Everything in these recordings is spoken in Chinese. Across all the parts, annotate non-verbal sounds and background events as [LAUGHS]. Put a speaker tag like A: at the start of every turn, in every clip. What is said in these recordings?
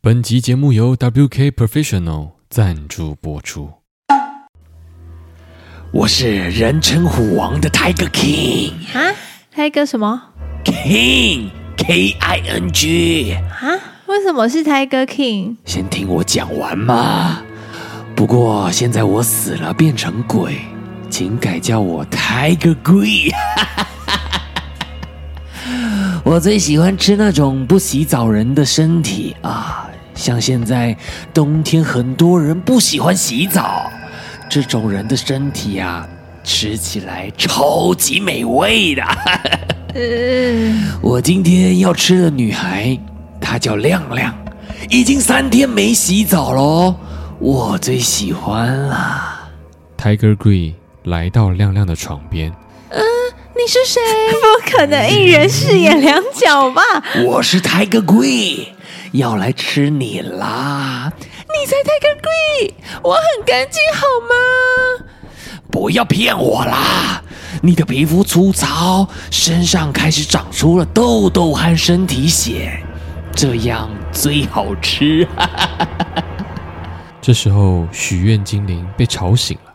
A: 本集节目由 WK Professional 赞助播出。
B: 我是人称虎王的 Tiger King
C: 啊，他一个什么
B: King K I N G，
C: 啊？为什么是 Tiger King？
B: 先听我讲完嘛。不过现在我死了，变成鬼，请改叫我 Tiger 鬼。 [LAUGHS] 我最喜欢吃那种不洗澡人的身体啊，像现在冬天很多人不喜欢洗澡，这种人的身体啊，吃起来超级美味的。
C: 呃，
B: 我今天要吃的女孩，她叫亮亮，已经三天没洗澡喽，我最喜欢啦。
A: Tiger Green 来到亮亮的床边，
C: 你是谁？不可能一人饰演两角吧？
B: 我是 Tiger Green，要来吃你啦！
C: 你才 Tiger Green，我很干净好吗？
B: 不要骗我啦！你的皮肤粗糙，身上开始长出了痘痘和身体癣，这样最好吃。
A: 这时候许愿精灵被吵醒了。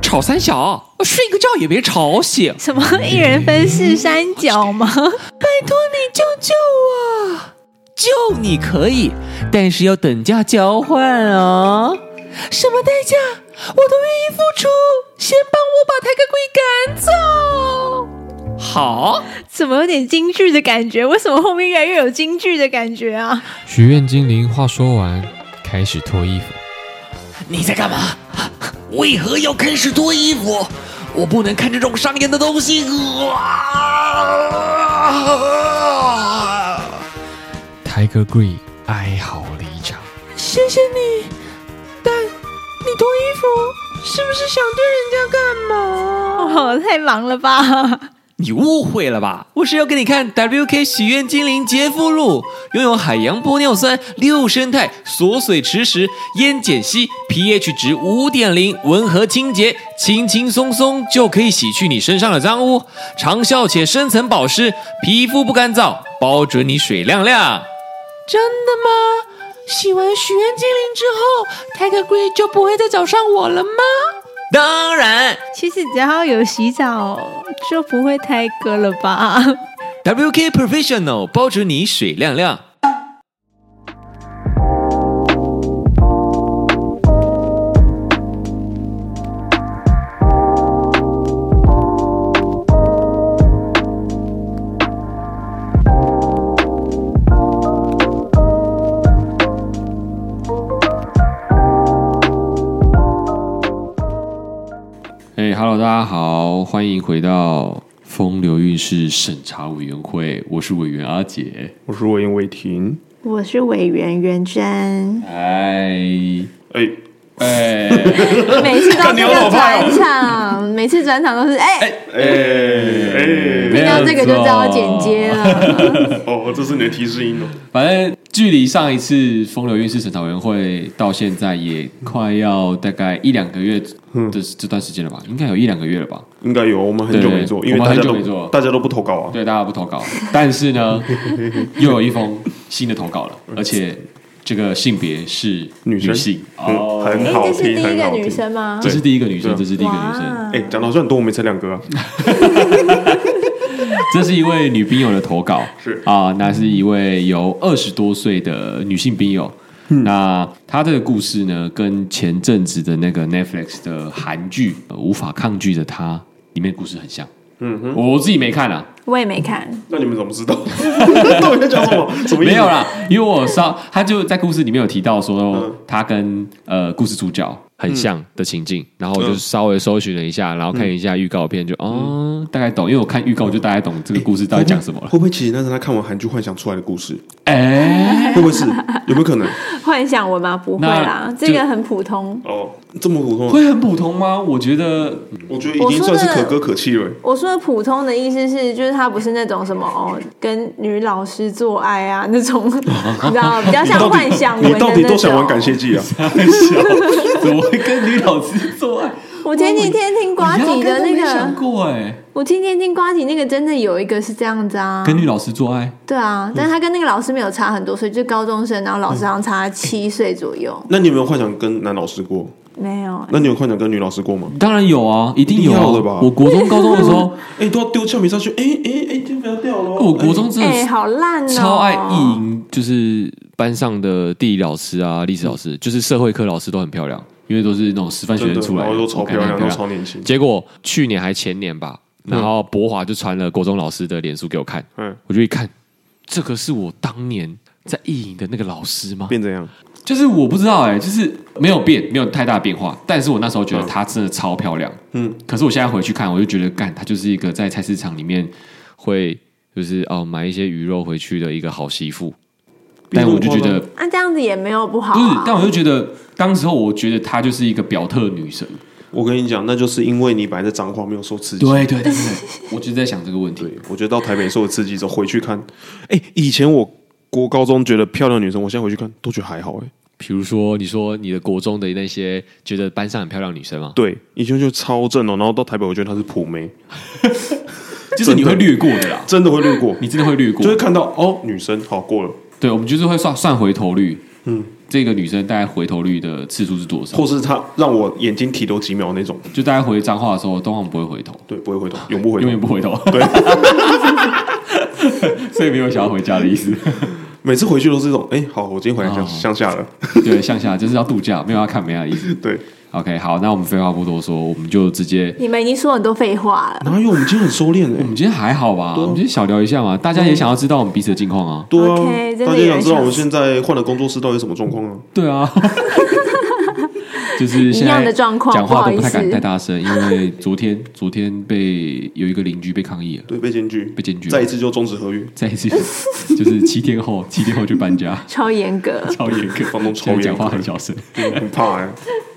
B: 吵三小，睡个觉也别吵醒。
C: 什么一人分饰三角吗？
B: 拜托你救救我！救你可以，但是要等价交换哦。什么代价？我都愿意付出。先帮我把泰格龟赶走。好，
C: 怎么有点京剧的感觉？为什么后面越来越有京剧的感觉啊？
A: 许愿精灵话说完，开始脱衣服。
B: 你在干嘛？为何要开始脱衣服？我不能看这种伤眼的东西。啊
A: Tiger Green 哀嚎离场。
D: 谢谢你，但你脱衣服是不是想对人家干嘛？
C: 哦，太忙了吧？
B: 你误会了吧？我是要给你看 WK 许愿精灵杰夫录，拥有海洋玻尿酸、六生态、锁水磁石、烟碱烯，pH 值五点零，温和清洁，轻轻松松就可以洗去你身上的脏污，长效且深层保湿，皮肤不干燥，包准你水亮亮。
D: 真的吗？洗完许愿精灵之后，Tiger Grey 就不会再找上我了吗？
B: 当然
C: 其实只要有洗澡就不会 Tiger 了吧？
B: ，WK Professional 包准你水亮亮。
E: 哎、h e l l o 大家好，欢迎回到风流韵事审查委员会，我是委员阿杰。
F: 我是魏延伟霆。
G: 我是委员袁
F: [LAUGHS]
G: 真，
E: 哎
F: 哎，
E: 哎，
G: 每次到
F: 看你
G: 这
F: 有
G: 个
F: 老派哦
G: 转场，每次转场都是哎，
F: 哎
G: 听到这个就知道要剪接了。
F: 哦，这是你的提示音哦。
E: 反正距离上一次风流韵事审查委员会到现在也快要大概一两个月的这段时间了吧，应该有一两个月了吧。
F: 应该有，我们很久没做，
E: 对
F: 因为
E: 我
F: 大
E: 们
F: 家
E: 很久没做
F: 都大家都不投稿啊。
E: 对，大家不投稿，但是呢，又有一封新的投稿了，而且这个性别是
F: 女哎生
E: 性
F: 嗯，
E: 哦，
F: 很
G: 哎，
F: 好
G: 这是
F: 听，
G: 第一
F: 很
G: 个
F: 好
G: 女
F: 听。
G: 生吗？
E: 这是第一个女
F: 对
E: 生，
F: 啊
E: 这是第一个女生。
G: 哇
F: 哎，讲的好像很多，我们才两个啊。
E: 这是一位女兵友的投稿，
F: 是
E: 啊、那是一位有二十多岁的女性兵友。
F: 嗯
E: 那她这个故事呢，跟前阵子的那个 Netflix 的韩剧呃《无法抗拒的她》里面故事很像。
F: 嗯哼，
E: 我自己没看啊，
G: 我也没看，
F: 那你们怎么知 [LAUGHS] 道？到底在讲什么？什么意思
E: 没有？啦，因为我稍，她就在故事里面有提到说
F: 嗯，
E: 她跟呃故事主角很像的情境，然后我就
F: 嗯
E: 稍微搜寻了一下，然后看一下预告片，就哦，大概懂，因为我看预告就大概懂这个故事到底讲
F: [LAUGHS]
E: 什么了。
F: 会不会其实那是他看完韩剧幻想出来的故事？
E: 哎。
F: 会不会是？有没有可能？
G: 幻想文吗？不会啦
E: 那，
G: 这个很普通。
F: 哦，这么普通啊，
E: 会很普通吗？我觉得
F: 我觉得已经算是可歌可泣了。欸
G: 我说的普通的意思是，就是它不是那种什么哦，跟女老师做爱啊那
F: [LAUGHS]
G: 种，你知道，比较像幻想文
F: 你
G: 的
F: 到底
G: 那
F: 多想玩
G: 种。
F: 感谢祭啊？
E: 怎么会跟女老师做爱？
G: 我前几天听瓜
E: 你
G: 吉
E: 压根
G: 的
E: 都
G: 那
E: 没想
G: 个，
E: 过哎、
C: 我听天津瓜体那个真的有一个是这样子啊，
B: 跟女老师做爱，
C: 对啊，但是他跟那个老师没有差很多岁，就高中生，然后老师好像差七岁左右，
F: 那你有没有幻想跟男老师过？
C: 没有、
F: 那你有幻想跟女老师过吗？
B: 当然有啊，一定有
F: 一定要的
B: 啊
F: 吧。
B: 我国中、高中的时候，
F: 哎、都要丢橡皮擦去，哎哎哎，这不要掉了哦。
B: 我国中真
C: 哎、
B: 的
C: 好烂哦、
H: 超爱意淫，就是班上的地理老师啊、历史老师，就是社会科老师都很漂亮，因为都是那种师范学
F: 真
H: 院
F: 的，
H: 出来
F: 然
H: 的，
F: 后都超
H: 我感
F: 漂
H: 觉
F: 亮，
H: 很
F: 都超年轻。
H: 结果去年还前年吧，然后博华就传了国中老师的脸书给我看，
F: 嗯，
H: 我就一看，这个是我当年在意淫的那个老师吗？
F: 变怎样？
B: 就是我不知道哎、就是没有变，没有太大变化。但是我那时候觉得她真的超漂亮，
F: 嗯，
B: 可是我现在回去看，我就觉得干，她就是一个在菜市场里面会就是哦买一些鱼肉回去的一个好媳妇。但我就觉得
C: 啊，这样子也没有不好、
B: 不是
C: 啊，，
B: 嗯但我就觉得当时候我觉得她就是一个表特女神。
F: 我跟你讲，那就是因为你本来在彰化没有受刺激。
B: 对对对对，我就在想这个问题。
F: 对，我觉得到台北受了刺激之后回去看，哎、以前我国高中觉得漂亮的女生，我现在回去看都觉得还好、哎，
H: 比如说，你说你的国中的那些觉得班上很漂亮的女生吗？
F: 对，以前就超正哦，然后到台北我觉得她是普妹，
B: 就是你会略过的啦，
F: 真的会略过，
B: 你真的会略过
F: 就。会看到哦，女生好过了，
B: 对，我们就是会算算回头率。嗯，这个女生大概回头率的次数是多少？
F: 或是她让我眼睛停留几秒那种，
B: 就大家回脏话的时候，通常不会回头，
F: 对，不会回头，永不回头
B: 永，远不回头。
F: 对，
B: [LAUGHS] 所以没有想要回家的意思。
F: 每次回去都是这种，哎、好，我今天回来乡、
B: 哦
F: 乡下了，
B: 对，向下就是要度假，没有要看美亚的意思。
F: 对，
B: OK，好，那我们废话不多说，我们就直接。
C: 你们已经说很多废话了。
F: 哪有我们今天很收敛哎、
B: 我们今天还好吧？我们今天小聊一下嘛，大家也想要知道我们彼此的近况啊。
F: 对啊
C: OK，真的
F: 大家
C: 有
F: 想
C: 人
F: 知道我们
C: 想
F: 现在换了工作室到底什么状况啊？
B: 对啊， [LAUGHS] 就是现在
C: 一样的状况
B: 讲话都不太
C: 不好意
B: 敢
C: 思
B: 太大声，因为昨天昨天被有一个邻居被抗议了，
F: 对，被检举，
B: 被检举了
F: 再一次就终止合约， [LAUGHS]
B: 再一次 [LAUGHS] 就是七天后， [LAUGHS] 七天后就搬家，
C: 超严格，
B: 超严格，
F: 房东超
B: 现在
F: 严
B: 讲
F: 格
B: 话，很小声，
F: 很怕哎、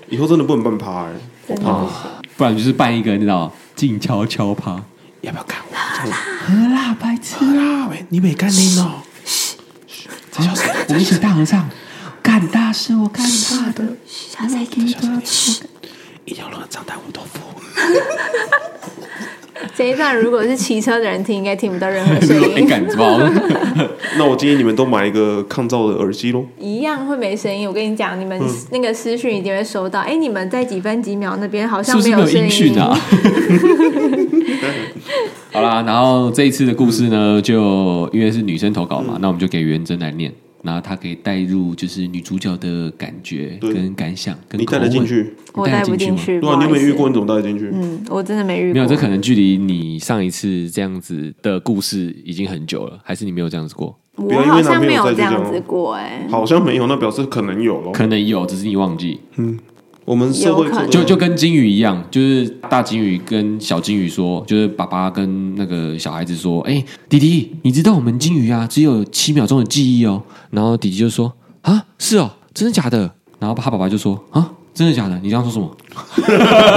F: 以后真的不能半趴哎、
C: 真的不行。
B: 不然就是办一个你知道静悄悄趴，
F: 要不要看我？
B: 大白痴，
F: 啊喂，你没干你呢？
B: 我们一起大合唱，干大事，我干大的，
F: 一条龙张大五豆腐。
C: 这一段如果是骑车的人听，应该听不到任何声
B: [LAUGHS] 哎
C: 音，
B: 干什么？
F: 那我建议你们都买一个抗噪的耳机喽。
C: 一样会没声音。我跟你讲，你们那个私讯一定会收到。哎、你们在几分几秒那边好
B: 是
C: 像
B: 不是没
C: 有
B: 有
C: 声
B: 音讯啊？ [LAUGHS] 好啦，然后这一次的故事呢，就因为是女生投稿嘛，那我们就给元真来念，然后她可以带入就是女主角的感觉
F: 对
B: 跟感想，跟
F: 你带得
B: 口
F: 进
B: 吻？
F: 去？
C: 我带不进去，
F: 对
C: 不
F: 啊，
C: 好
F: 你
C: 意思
F: 有没有遇过？你怎么带得进去？
C: 嗯，我真的没遇过。
H: 没有，这可能距离你上一次这样子的故事已经很久了，还是你没有这样子过？
F: 不
C: 我
F: 要因
C: 好
F: 为男
C: 像
F: 朋
C: 没
F: 友
C: 有这
F: 再去
C: 样
F: 讲
C: 子过、哎，
F: 好像没有，那表示可能有喽。
B: 可能有，只是你忘记，
F: 我们社会
C: 有可能
B: 就就跟金鱼一样，就是大金鱼跟小金鱼说，就是爸爸跟那个小孩子说，哎、弟弟，你知道我们金鱼啊，只有七秒钟的记忆哦。然后弟弟就说，啊，是哦，真的假的？然后他爸爸就说，啊，真的假的？你刚刚说什么？
C: [COUGHS]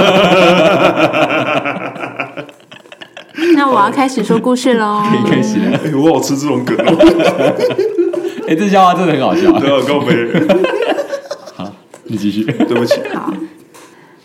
C: 那我要开始说故事喽。
B: 开始了，
F: 哎，我好吃这种梗哦，
B: 哎、这笑话真的很好笑。 [LAUGHS]
F: 对啊，告白，
B: 你继续，
F: 对不起，
C: 好，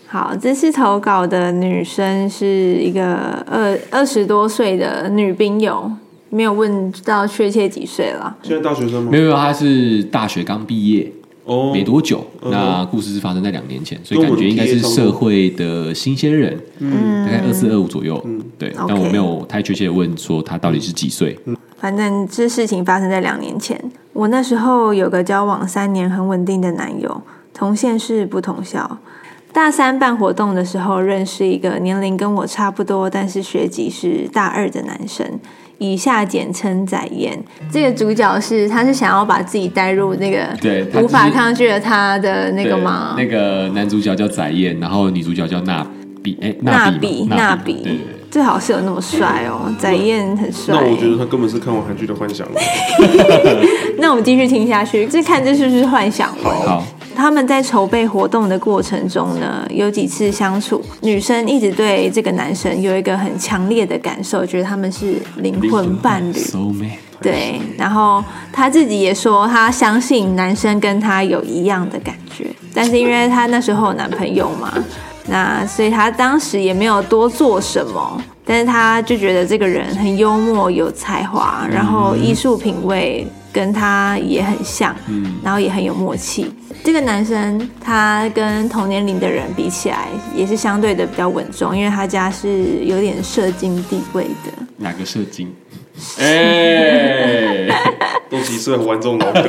C: 好，这次投稿的女生是一个二二十多岁的女兵友，没有问到确切几岁了。
F: 现在大学生吗
B: 没？有没有，他是大学刚毕业
F: 哦
B: 没多久，
F: 嗯
B: 那故事是发生在两年前，所以
F: 跟我
B: 感觉
F: 们
B: 应该是
F: TA 差不多
B: 社会的新鲜人，嗯，大概二四二五左右，
F: 嗯
B: 对。但
C: OK 嗯
B: 我没有太确切地问说他到底是几岁，
C: 反正这事情发生在两年前，我那时候有个交往三年很稳定的男友，同县市不同校。大三办活动的时候认识一个年龄跟我差不多，但是学籍是大二的男生，以下简称载彦。这个主角是他是想要把自己带入那个
B: 对他
C: 无法
B: 就是
C: 抗拒了他的那个
B: 对
C: 吗？
B: 那个男主角叫载彦，然后女主角叫娜比，哎，
C: 纳
B: 比
C: 比
B: 嘛，
C: 纳
B: 娜
C: 比，
B: 对对对。
C: 最好是有那么帅哦，载彦很帅。
F: 那我觉得他根本是看完韩剧的幻想了。
C: 那我们继续听下去，这看这是不是幻想文？
B: 好，
C: 他们在筹备活动的过程中呢，有几次相处，女生一直对这个男生有一个很强烈的感受，觉得他们是灵魂伴侣。
B: ，so man，
C: 对，然后她自己也说，她相信男生跟她有一样的感觉，但是因为她那时候有男朋友嘛，那所以他当时也没有多做什么，但是他就觉得这个人很幽默、有才华，然后艺术品味跟他也很像，然后也很有默契。这个男生他跟同年龄的人比起来，也是相对的比较稳重，因为他家是有点社经地位的。
B: 哪个射
F: [LAUGHS]
B: 精？哎、
F: 东西是很玩这种老梗，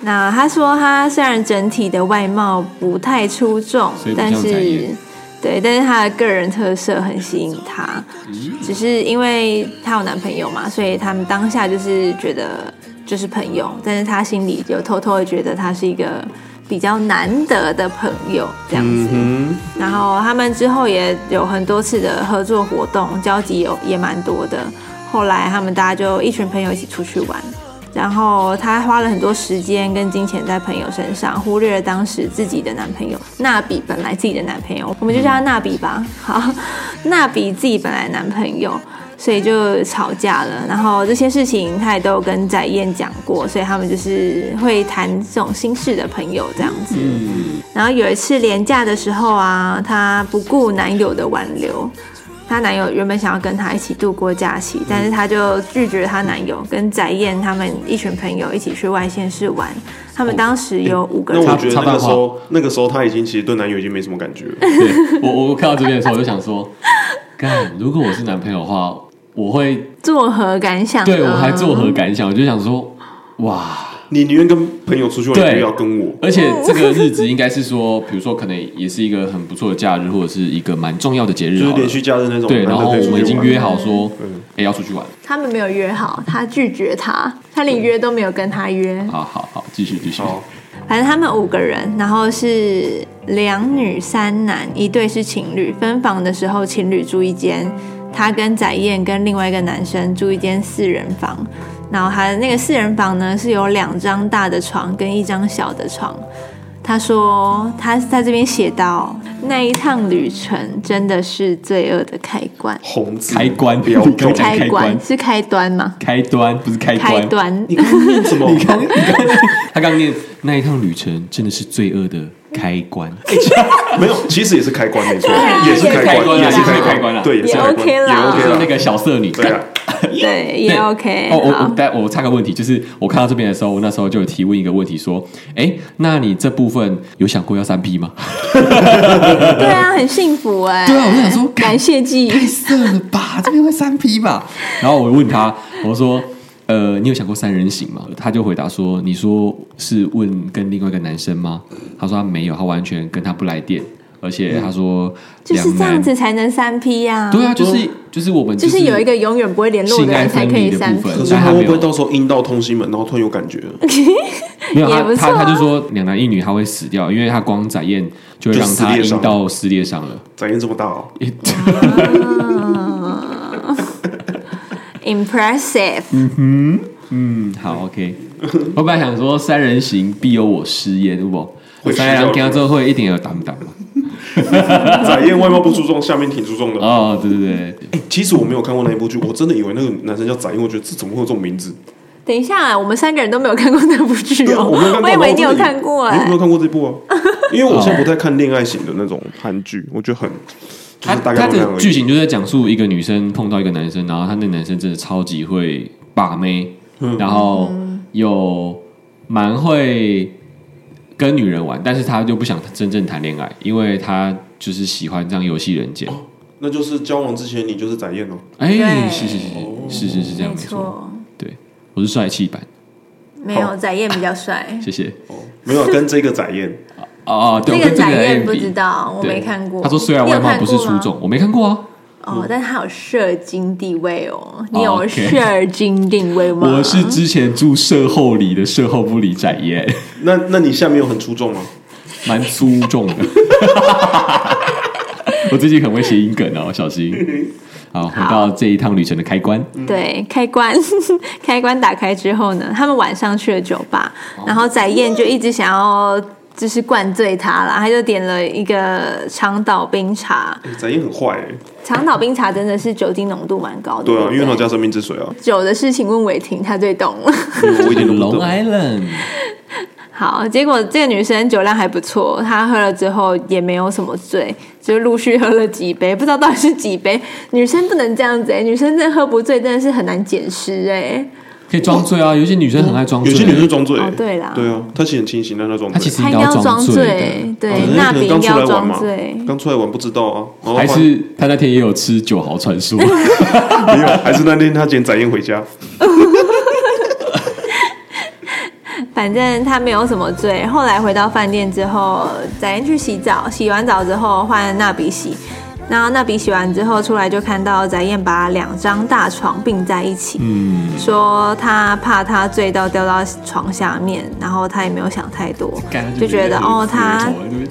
C: 那他说他虽然整体的外貌不太出众
B: 所以，不
C: 但
B: 像
C: 是
B: 展颜
C: 对，但是他的个人特色很吸引他。只是因为她有男朋友嘛，所以他们当下就是觉得就是朋友，但是她心里就偷偷的觉得他是一个比较难得的朋友这样
B: 嗯
C: 子。然后他们之后也有很多次的合作活动，交集有也蛮多的。后来他们大家就一群朋友一起出去玩，然后她花了很多时间跟金钱在朋友身上，忽略了当时自己的男朋友纳比本来自己的男朋友，我们就叫他纳比吧。好，纳比自己本来的男朋友，所以就吵架了。然后这些事情她也都有跟展燕讲过，所以他们就是会谈这种心事的朋友这样子。然后有一次廉假的时候啊，她不顾男友的挽留，她男友原本想要跟她一起度过假期，但是她就拒绝她男友，跟翟燕他们一群朋友一起去外县市玩。他们当时有五个
F: 那
B: 哦
C: 人，
F: 我觉得那个时候，那个时候他已经其实对男友已经没什么感觉了。
B: 对我我我看到这边的时候，我就想说，干，如果我是男朋友的话，我会
C: 作何感想？
B: 对我还作何？感想？我就想说，哇，
F: 你宁愿跟朋友出去玩，
B: 对
F: 也不要跟我。
B: 而且这个日子应该是说，比如说可能也是一个很不错的假日，或者是一个蛮重要的节日
F: 就
B: 好
F: 是
B: 了，
F: 连续假日那种，
B: 对，然后我们已经约好说，
F: 嗯
B: 哎、要出去玩，
C: 他们没有约好，他拒绝他，他连约都没有跟他约。
B: 好好好，继续继续，
F: 好，
C: 反正他们五个人，然后是两女三男，一对是情侣。分房的时候，情侣住一间，他跟展燕跟另外一个男生住一间四人房。然后他的那个四人房呢，是有两张大的床跟一张小的床。他说他在这边写到，那一趟旅程真的是罪恶的开关，
F: 红字
B: 开关
F: 不要
B: 你刚
F: 动。
B: 才开关
C: 是开端吗？
B: 开端不是开
C: 开
B: 关，
C: 端
F: 你刚刚念什
B: [LAUGHS]
F: 么？
B: 你刚你刚他刚念那一趟旅程真的是罪恶的开关，
F: 哎没有，其实也是开关，没错，
C: 啊
F: 也是
B: 也
F: 开也
B: 是
F: 是
B: 开关啦
F: 开关对，也是开关，
C: 也 OK 啦
F: 也
B: 就
F: OK
B: 是
F: 啦
B: 那个小色女，
F: 对啊，
C: 对，也
B: 对
C: OK
B: 哦，我
C: 好
B: 我但我插个问题，就是我看到这边的时候，我那时候就有提问一个问题，说，哎，那你这部分有想过要三 P 吗？
C: 对啊，很幸福哎、
B: 对啊我就想说
C: 感谢季，
B: 太色了吧，这边会三 P 吧？然后我问他，我说，呃，你有想过三人行吗？他就回答说，你说是问跟另外一个男生吗？他说他没有，他完全跟他不来电，而且他说
C: 嗯就是
B: 两
C: 这样
B: 男，
C: 子才能三 P 呀、
B: 对啊，就是就是我们
C: 就是有一个永远不会联络
B: 性
C: 的
B: 爱
C: 人才
B: 分
C: 可
B: 离
C: 以
B: 的
C: 三
B: 部
C: P
B: 分。
F: 可是
B: 但
F: 他
B: 他没
F: 会
B: 有
F: 不会到时候阴道通心门，然后突然有感 [LAUGHS] 觉？
B: 没有
C: 也
B: 他
C: 不错
B: 他
C: 啊
B: 他就说两男一女他会死掉，因为他光展燕就会让
F: 就撕
B: 他
F: 裂伤
B: 阴道撕裂伤了。
F: 展现这么大哦，
C: ，impressive。
B: 嗯，好，OK。我 [LAUGHS] 本来想说三人行必有我师焉，对不？
F: 会
B: 三人
F: 吃掉
B: 行之后会一定有挡挡嘛。
F: 展燕外貌不出众，下面挺
B: [LAUGHS]
F: 出众的。
B: 哦，对对对，
F: 哎，其实我没有看过那一部剧，我真的以为那个男生叫展燕，我觉得这怎么会有这种名字？
C: 等一下，我们三个人都没有看过那部剧
F: 对啊，
C: 哦，
F: 我
C: [LAUGHS]
F: 没有看
C: 以
F: 过。然后
C: 为你有
F: 真的
C: 看过
F: 你有
C: 哎、
F: 没有看过这部
C: [LAUGHS]
F: 啊？因为我现在不太看恋爱型的那种韩剧，我觉得很就
B: 他
F: 是大
B: 他
F: 概都那
B: 的
F: 样而
B: 剧
F: 已。
B: 情就在讲述一个女生碰到一个男生，然后他那男生真的超级会把妹，然后又蛮会跟女人玩，但是他就不想真正谈恋爱，因为他就是喜欢这样游戏人间。
F: 那就是交往之前你就是展燕哦，
B: 哎，
C: 对
B: 是是是是是是这样
C: 哎没
B: 没错，
C: 错，
B: 对，我是帅气版，
C: 没有展燕比较帅，
B: 谢谢。
F: 哦没有啊跟这个展燕。
B: 哦，对，我
C: 那个
B: 跟这
C: 展
B: 人
C: 燕
B: 比
C: 不知道，我
B: 对
C: 没看过。
B: 他说虽然外貌不是
C: 你有看
B: 出
C: 过
B: 众
C: 吗，
B: 我没看过啊，
C: 哦，但他有社经地位哦，你有
B: OK
C: 社经地位吗？
B: 我是之前住社后里的社后不理展燕，
F: 那那你下面有很出众吗？
B: 蛮出众的。 [LAUGHS] 我最近很会谐音梗哦，小心。好，回到这一趟旅程的开关，
F: 嗯
C: 对，开关 [LAUGHS] 开关打开之后呢，他们晚上去了酒吧，
F: 哦
C: 然后载燕就一直想要就是灌醉他啦，他就点了一个长岛冰茶，
F: 哎展燕很坏哎、
C: 长岛冰茶真的是酒精浓度蛮高的，
F: 对啊，
C: 不
F: 因为他加生命之水啊，
C: 酒的事情问伟霆，他最懂了。 [LAUGHS]
F: 嗯
B: [LAUGHS]
F: 我一点都不
B: 龙
F: 懂。
B: Island，
C: 好，结果这个女生酒量还不错，她喝了之后也没有什么醉，就陆续喝了几杯，不知道到底是几杯。女生不能这样子哎、女生真的喝不醉真的是很难捡尸哎。
B: 可以装醉啊，有些女生很爱装醉，
F: 有些女生装醉、
C: 哦对啦
F: 对啊，她其实很清醒，但她装
B: 她其
F: 醉。
B: 实
C: 她应该
B: 要
C: 要装
B: 醉
C: 醉，
B: 的，
C: 对
F: 哦，
C: 那
F: 可
C: 比应
F: 能刚
C: 该
F: 出来
C: 要
F: 玩
C: 装
F: 嘛
C: 醉，。
F: 刚出来玩不知道啊，然后
B: 还
F: 换
B: 是她那天也有吃九豪传
F: [LAUGHS]
B: 说，
F: 没有，还是那天她捡展燕
B: [LAUGHS]
F: 回家，
C: 反正他没有什么醉。后来回到饭店之后，展燕去洗澡，洗完澡之后换娜比洗，然后娜比洗完之后出来就看到展燕把两张大床并在一起，
B: 嗯，
C: 说他怕他醉到掉到床下面，然后他也没有想太多，就觉得哦他。
B: 嗯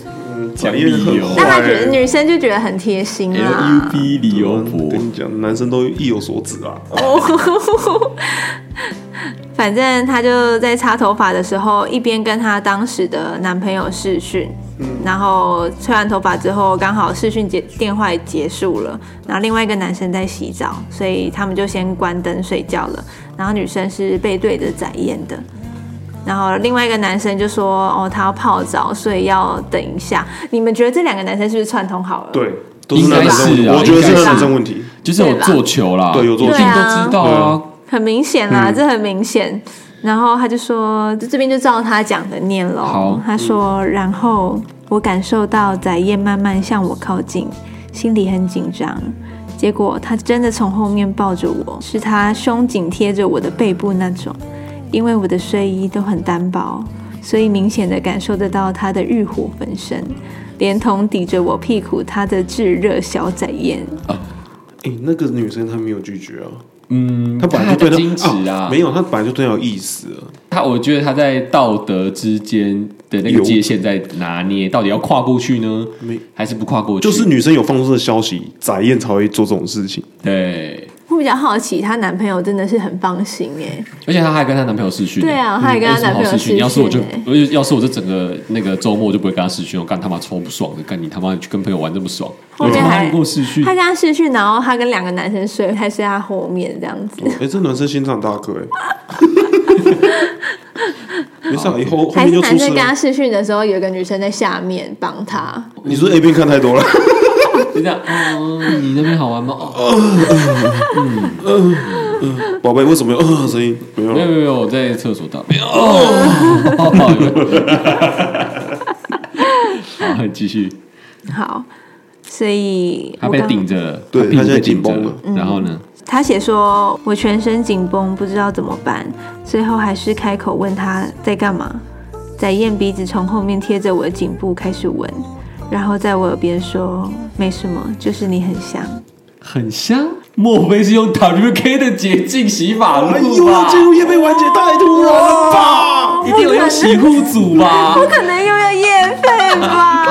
F: 展燕很
B: 理由
C: 但
F: 坏欸
C: 他觉得女生就觉得很贴心啊啦
F: 嗯
B: L
F: 哎
B: U，B 理由博，
F: 跟你讲，男生都意有所指啊。
C: [LAUGHS] 反正他就在擦头发的时候，一边跟她当时的男朋友视讯，然后吹完头发之后，刚好视讯结电话也结束了，然后另外一个男生在洗澡，所以他们就先关灯睡觉了。然后女生是背对着展燕的，然后另外一个男生就说：“哦，他要泡澡，所以要等一下。”你们觉得这两个男生是不是串通好了？
F: 对，都是
B: 啊应该
F: 男生问题
B: 是啊
F: 我觉
B: 应
F: 得
B: 该
F: 是
B: 是
F: 男生问题。
B: 就是有做球啦，
F: 对有做
B: 一
C: 球
B: 定都知道啊，
C: 很明显啦，
F: 嗯
C: 这很明显。然后他就说，就这边就照他讲的念喽
B: 好。
C: 他说，然后我感受到载燕慢慢向我靠近，心里很紧张。结果他真的从后面抱着我，是他胸紧贴着我的背部那种。因为我的睡衣都很单薄，所以明显的感受得到他的欲火焚身，连同抵着我屁股他的炙热小载燕。
F: 哎，那个女生她没有拒绝啊，
B: 嗯，
F: 她本来就
B: 的
F: 对
B: 矜持
F: 她
B: 啊，
F: 没有，她本来就对她有意思啊了。
B: 他，我觉得他在道德之间的那个
F: 有
B: 界限在拿捏，到底要跨过去呢
F: 没，
B: 还是不跨过去？
F: 就是女生有放出的消息，翟燕才会做这种
B: [LAUGHS]
F: 事情。
B: 对，
C: 我比较好奇，她男朋友真的是很放心哎、
B: 而且她还跟她男朋友欸视讯，
C: 对啊她还跟她男朋友
B: 视
C: 视
B: 讯。
C: 讯
B: 要是我就
C: 欸，
B: 我就要是我这整个那个周末我就不会跟她视讯，我干他妈超不爽的，干你他妈去跟朋友玩这么爽，
C: 后
B: 我他
C: 面
B: 妈
C: 还
B: 跟我视讯
C: 他，跟他试训，然后他跟两个男生睡，还睡他后面这样子，
F: 哎，这男生心脏大颗
B: [LAUGHS]
F: 哎，没事啊，以后后
C: 还
F: 面
C: 是
F: 就
C: 男生
F: 出事
C: 跟他
F: 了。
C: 试训的时候，有一个女生在下面帮他。
F: 你是不是 A 片看太多
B: [LAUGHS]
F: 了，
B: 就这样，哦，你那边好玩吗？哦，
F: 宝贝，为什么有呃声音？没有
B: 没有
F: 了，
B: 没有没有，我在厕所打，没有，哦， [LAUGHS] 好，继续，
C: 好，所以
B: 她
C: 我
B: 被
C: 刚嗯
B: 顶着，
F: 对
B: 她屁股
F: 她现在
B: 被顶
F: 紧绷
B: 着
F: 了
B: 然后呢，
C: 他写说：“我全身紧绷，不知道怎么办。”最后还是开口问他在干嘛。载燕鼻子从后面贴着我的颈部开始闻，然后在我耳边说：“没什么，就是你很香。
B: 很香，莫非是用 WK 的洁净洗发
F: 哎
B: 露吧？
F: 夜被完结，太突然了吧！
B: 一定有用洗护组吧？
C: 不可能又要夜费吧？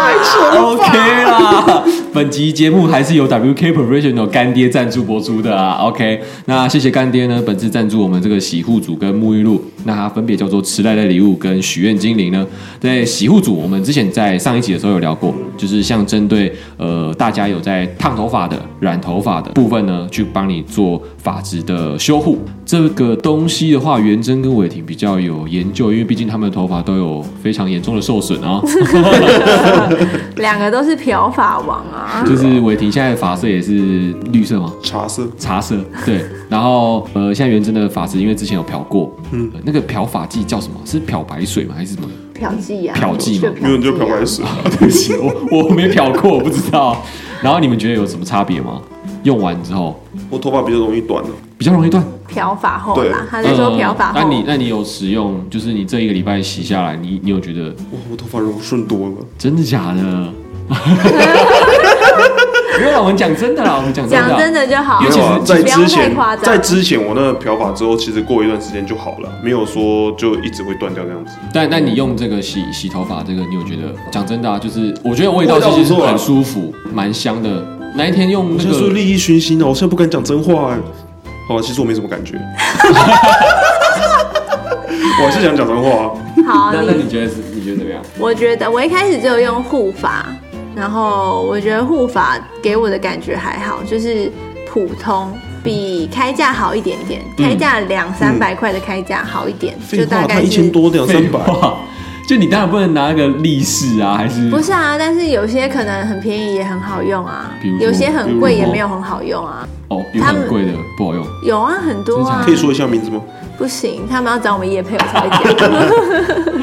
B: OK 啦， [LAUGHS] 本集节目还是由 WK Professional 干爹赞助播出的啊。OK，那谢谢干爹呢，本次赞助我们这个洗护组跟沐浴露，那它分别叫做迟来的礼物跟许愿精灵呢。在洗护组，我们之前在上一集的时候有聊过，就是像针对呃大家有在烫头发的、染头发的部分呢，去帮你做发质的修护。这个东西的话，元真跟伟霆比较有研究，因为毕竟他们的头发都有非常严重的受损啊。
C: [LAUGHS] 两个都是漂发王啊！
B: 就是伟霆现在的发色也是绿色吗？
F: 茶色，
B: 茶色，对。然后呃，现在元真的发质，因为之前有漂过，嗯、那个漂发剂叫什么？是漂白水吗？还是什么？
C: 嫖妓啊，
B: 嫖妓嘛
C: 啊
F: 没有你就漂白水。
B: 对不起，我我没漂过，我不知道。然后你们觉得有什么差别吗？用完之后
F: 我头发比较容易短了，啊
B: 比较容易断。
C: 漂发后
F: 对
C: 啦，他在说
B: 呃
C: 漂发
B: 那、
C: 后。
B: 你那你有使用？就是你这一个礼拜洗下来，你你有觉得
F: 哇，我头发柔顺多了。
B: 真的假
C: [LAUGHS]
B: 的？ [LAUGHS] 没有啦，我们讲真的啦，我们讲真的啦。
C: 讲真的就好
B: 因
F: 没
B: 为，其实
F: 有啊，在
C: 不要
F: 之
C: 太
F: 前
C: 夸，张
F: 在之前我那个漂发之后，其实过一段时间就好了，没有说就一直会断掉这样子。
B: 但那你用这个洗洗头发，这个你有觉得？讲真的啊，就是我觉得味道
F: 味道
B: 其实
F: 不错啊
B: 很舒服，蛮香的。那一天用
F: 我
B: 那
F: 现在是
B: 个，
F: 利益熏心啊，我现在不敢讲真话哎、好了，其实我没什么感觉，我还是想讲真话、啊。
C: 好，
B: 那那
C: 你
B: 你觉得是？你觉得怎么
C: [LAUGHS]
B: 样？
C: 我觉得我一开始只有用护发，然后我觉得护发给我的感觉还好，就是普通，比开价好一点点，开价两三百块的开价好一点，
F: 嗯废
C: 就
F: 话，
C: 大
F: 他
C: 概
F: 一千
C: 是。
F: 多两三百，
B: 哇，就你当然不能拿个力士啊，还是
C: 不是啊，但是有些可能很便宜也很好用啊
B: 比如，说
C: 有些
B: 比
C: 很
B: 如
C: 贵
B: 说
C: 也没有很好用啊。
B: 哦，有
C: 他
B: 很
C: 们
B: 贵的不好用。
C: 有啊，很多啊
F: 可，以说一下名字吗？
C: 不行，他们要找我们叶配我才会讲。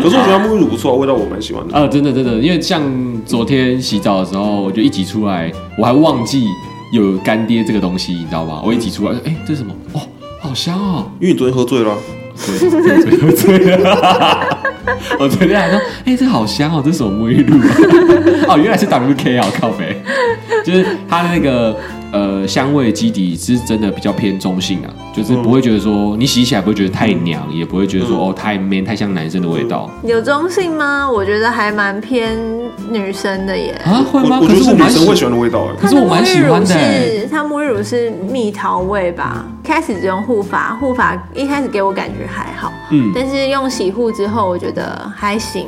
F: 可是我觉得他沐浴乳不错、啊，味道我蛮喜欢的。
B: 啊，真的真的，因为像昨天洗澡的时候，我就一挤出来，我还忘记有干爹这个东西，你知道吗？我一挤出来，哎、这是什么？哦，好香哦！
F: 因为你昨天喝醉了啊、
B: 对，对对对对 [LAUGHS] 我昨天还说，哎、这好香哦，这是什么沐浴露、啊？ [LAUGHS] 哦，原来是 WK 啊，靠北，就是它的那个呃香味基底是真的比较偏中性啊，就是不会觉得说你洗起来不会觉得太
F: 嗯
B: 娘，也不会觉得说哦太 man 太像男生的味道
C: 有中性吗？我觉得还蛮偏女生的耶。
B: 啊，会吗？
F: 我我
B: 可
F: 觉得
B: 是
F: 是
B: 我
F: 女
B: 蛮
F: 生会
B: 喜
F: 喜欢的味道、欸。
B: 可是我蛮喜欢的
C: 它沐
B: 欸
C: 浴乳是它沐浴乳是蜜桃味吧？开始只用护发，护发一开始给我感觉还好，
B: 嗯，
C: 但是用洗护之后，我觉得还行。